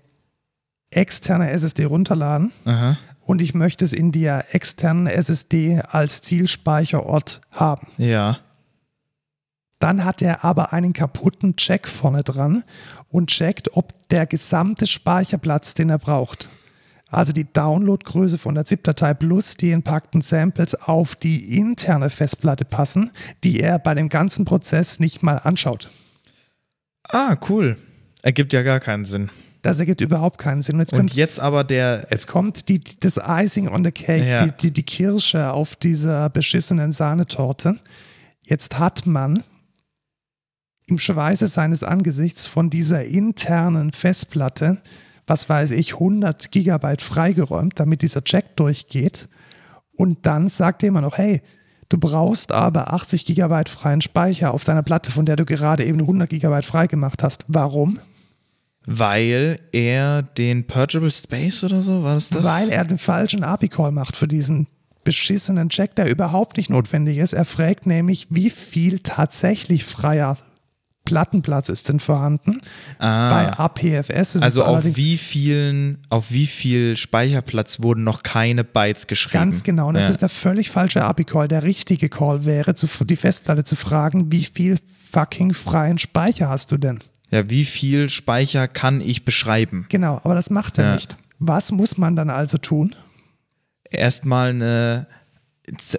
externe SSD runterladen Aha. und ich möchte es in der externen SSD als Zielspeicherort haben. Ja. Dann hat er aber einen kaputten Check vorne dran und checkt, ob der gesamte Speicherplatz, den er braucht, also die Downloadgröße von der ZIP-Datei plus die inpackten Samples auf die interne Festplatte passen, die er bei dem ganzen Prozess nicht mal anschaut. Ah, cool. Ergibt ja gar keinen Sinn. Das ergibt überhaupt keinen Sinn. Und jetzt, Und kommt, jetzt aber der. jetzt kommt die, die, das Icing on the Cake, Ja. die, die, die Kirsche auf dieser beschissenen Sahnetorte. Jetzt hat man im Schweiße seines Angesichts von dieser internen Festplatte, was weiß ich, 100 Gigabyte freigeräumt, damit dieser Check durchgeht. Und dann sagt jemand noch, hey, du brauchst aber 80 Gigabyte freien Speicher auf deiner Platte, von der du gerade eben 100 Gigabyte freigemacht hast. Warum? Weil er den Purgeable Space oder so, war das das? weil er den falschen API-Call macht für diesen beschissenen Check, der überhaupt nicht notwendig ist. Er fragt nämlich, wie viel tatsächlich freier Plattenplatz ist denn vorhanden. Bei APFS ist Ah. also es auf allerdings wie vielen, auf wie viel Speicherplatz wurden noch keine Bytes geschrieben? ganz genau. Und das ja. ist der völlig falsche API-Call. Der richtige Call wäre, zu, die Festplatte zu fragen, wie viel fucking freien Speicher hast du denn? ja, wie viel Speicher kann ich beschreiben? Genau, aber das macht er Ja. nicht. Was muss man dann also tun? erstmal eine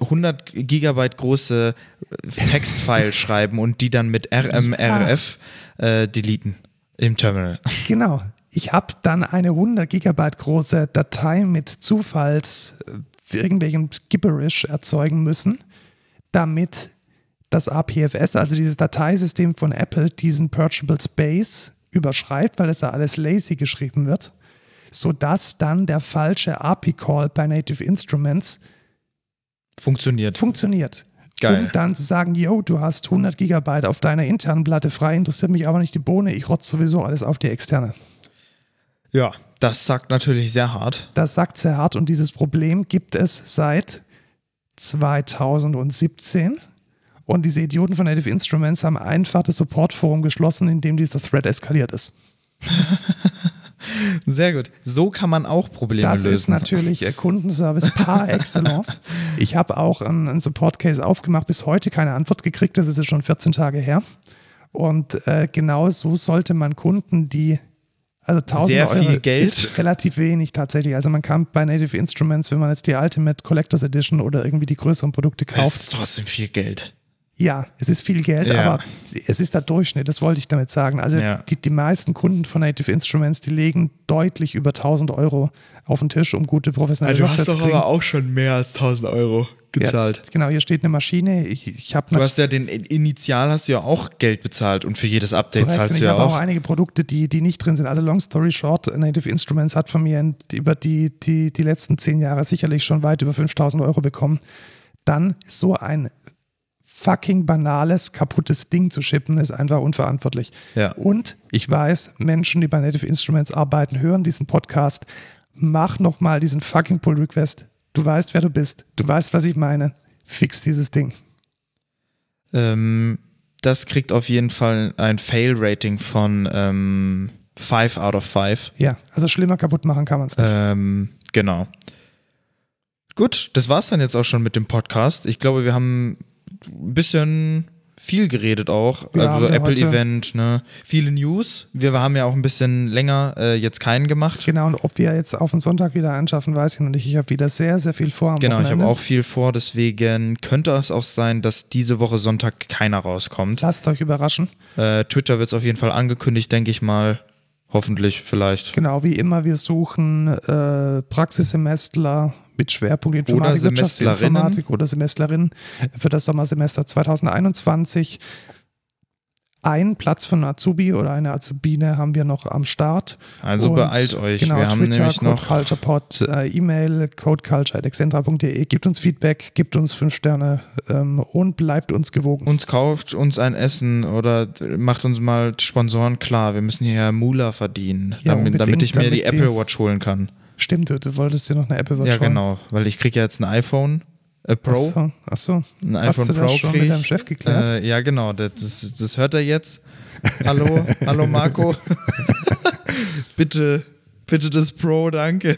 100 Gigabyte große äh, Textfile schreiben und die dann mit RMRF äh, deleten im Terminal. Genau. Ich habe dann eine 100 Gigabyte große Datei mit Zufalls äh, irgendwelchem Gibberish erzeugen müssen, damit das APFS, also dieses Dateisystem von Apple, diesen Purchable Space überschreibt, weil es ja alles lazy geschrieben wird, sodass dann der falsche API-Call bei Native Instruments Funktioniert. funktioniert. Geil. Um dann zu sagen, yo, du hast 100 Gigabyte auf deiner internen Platte frei, interessiert mich aber nicht die Bohne, ich rotze sowieso alles auf die externe. Ja, das sagt natürlich sehr hart. Das sagt sehr hart und dieses Problem gibt es seit 2017. Und diese Idioten von Native Instruments haben einfach das Support-Forum geschlossen, in dem dieser Thread eskaliert ist. Sehr gut. So kann man auch Probleme Das lösen. ist natürlich äh, Kundenservice par excellence. Ich habe auch einen, einen Support-Case aufgemacht, bis heute keine Antwort gekriegt. Das ist jetzt schon 14 Tage her. Und äh, genau so sollte man Kunden, die also 1000 Sehr Euro viel Geld. ist relativ wenig tatsächlich. Also man kann bei Native Instruments, wenn man jetzt die Ultimate Collectors Edition oder irgendwie die größeren Produkte das kauft, ist trotzdem viel Geld. ja, es ist viel Geld, Ja. aber es ist der Durchschnitt, das wollte ich damit sagen. Also Ja. die, die meisten Kunden von Native Instruments, die legen deutlich über 1000 Euro auf den Tisch, um gute professionelle Also Software zu kriegen. auch schon mehr als 1000 Euro Ja, genau, hier steht eine Maschine. Ich, ich habe Du hast ja den Initial hast du ja auch Geld bezahlt und für jedes Update Korrekt, und zahlst ich du ja habe auch auch. einige Produkte, die, die nicht drin sind. Also long story short, Native Instruments hat von mir in, über die, die, die letzten zehn Jahre sicherlich schon weit über 5000 Euro bekommen. Dann so ein fucking banales, kaputtes Ding zu schippen, ist einfach unverantwortlich. Ja. Und ich weiß, Menschen, die bei Native Instruments arbeiten, hören diesen Podcast. Mach nochmal diesen fucking Pull Request. Du weißt, wer du bist. Du weißt, was ich meine. Fix dieses Ding. Ähm, das kriegt auf jeden Fall ein Fail-Rating von ähm, 5 out of 5. Ja, also schlimmer kaputt machen kann man es nicht. Ähm, genau. Gut, das war's dann jetzt auch schon mit dem Podcast. Ich glaube, wir haben ein bisschen viel geredet auch. Ja, also haben wir Apple-Event, ne? Viele News. Wir haben ja auch ein bisschen länger äh, jetzt keinen gemacht. Genau, und ob wir jetzt auf den Sonntag wieder einschaffen, weiß ich noch nicht. Ich habe wieder sehr, sehr viel vor. Am Genau, ich habe Wochenende. auch viel vor, deswegen könnte es auch sein, dass diese Woche Sonntag keiner rauskommt. Lasst euch überraschen. Äh, Twitter wird es auf jeden Fall angekündigt, denke ich mal. Hoffentlich, vielleicht. Genau, wie immer, wir suchen äh, Praxissemestler mit Schwerpunkt Informatik, Oder Semestlerinnen. Wirtschaftsinformatik oder Semestlerinnen für das Sommersemester 2021. einen Platz von Azubi oder einer Azubine haben wir noch am Start. Also beeilt euch. Genau, wir haben Twitter, nämlich noch CodeCulturePod, äh, E-Mail, codeculture.excentra.de. Gebt uns Feedback, gebt uns fünf Sterne ähm, und bleibt uns gewogen. und kauft uns ein Essen oder macht uns mal Sponsoren klar. Wir müssen hier Mula verdienen, Ja, damit, damit unbedingt, ich mir die damit die- Apple Watch holen kann. Stimmt, du, du wolltest dir noch eine Apple Watch Ja, holen. genau, weil ich kriege ja jetzt ein iPhone äh, Pro. Achso, achso. Ein Hast iPhone du das Pro schon krieg mit ich. deinem Chef geklärt? Äh, ja, genau, das, das, das hört er jetzt. Hallo, hallo Marco. bitte, bitte das Pro, danke.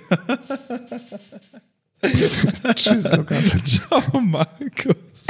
äh, Tschüss, Lukas. Ciao, Markus.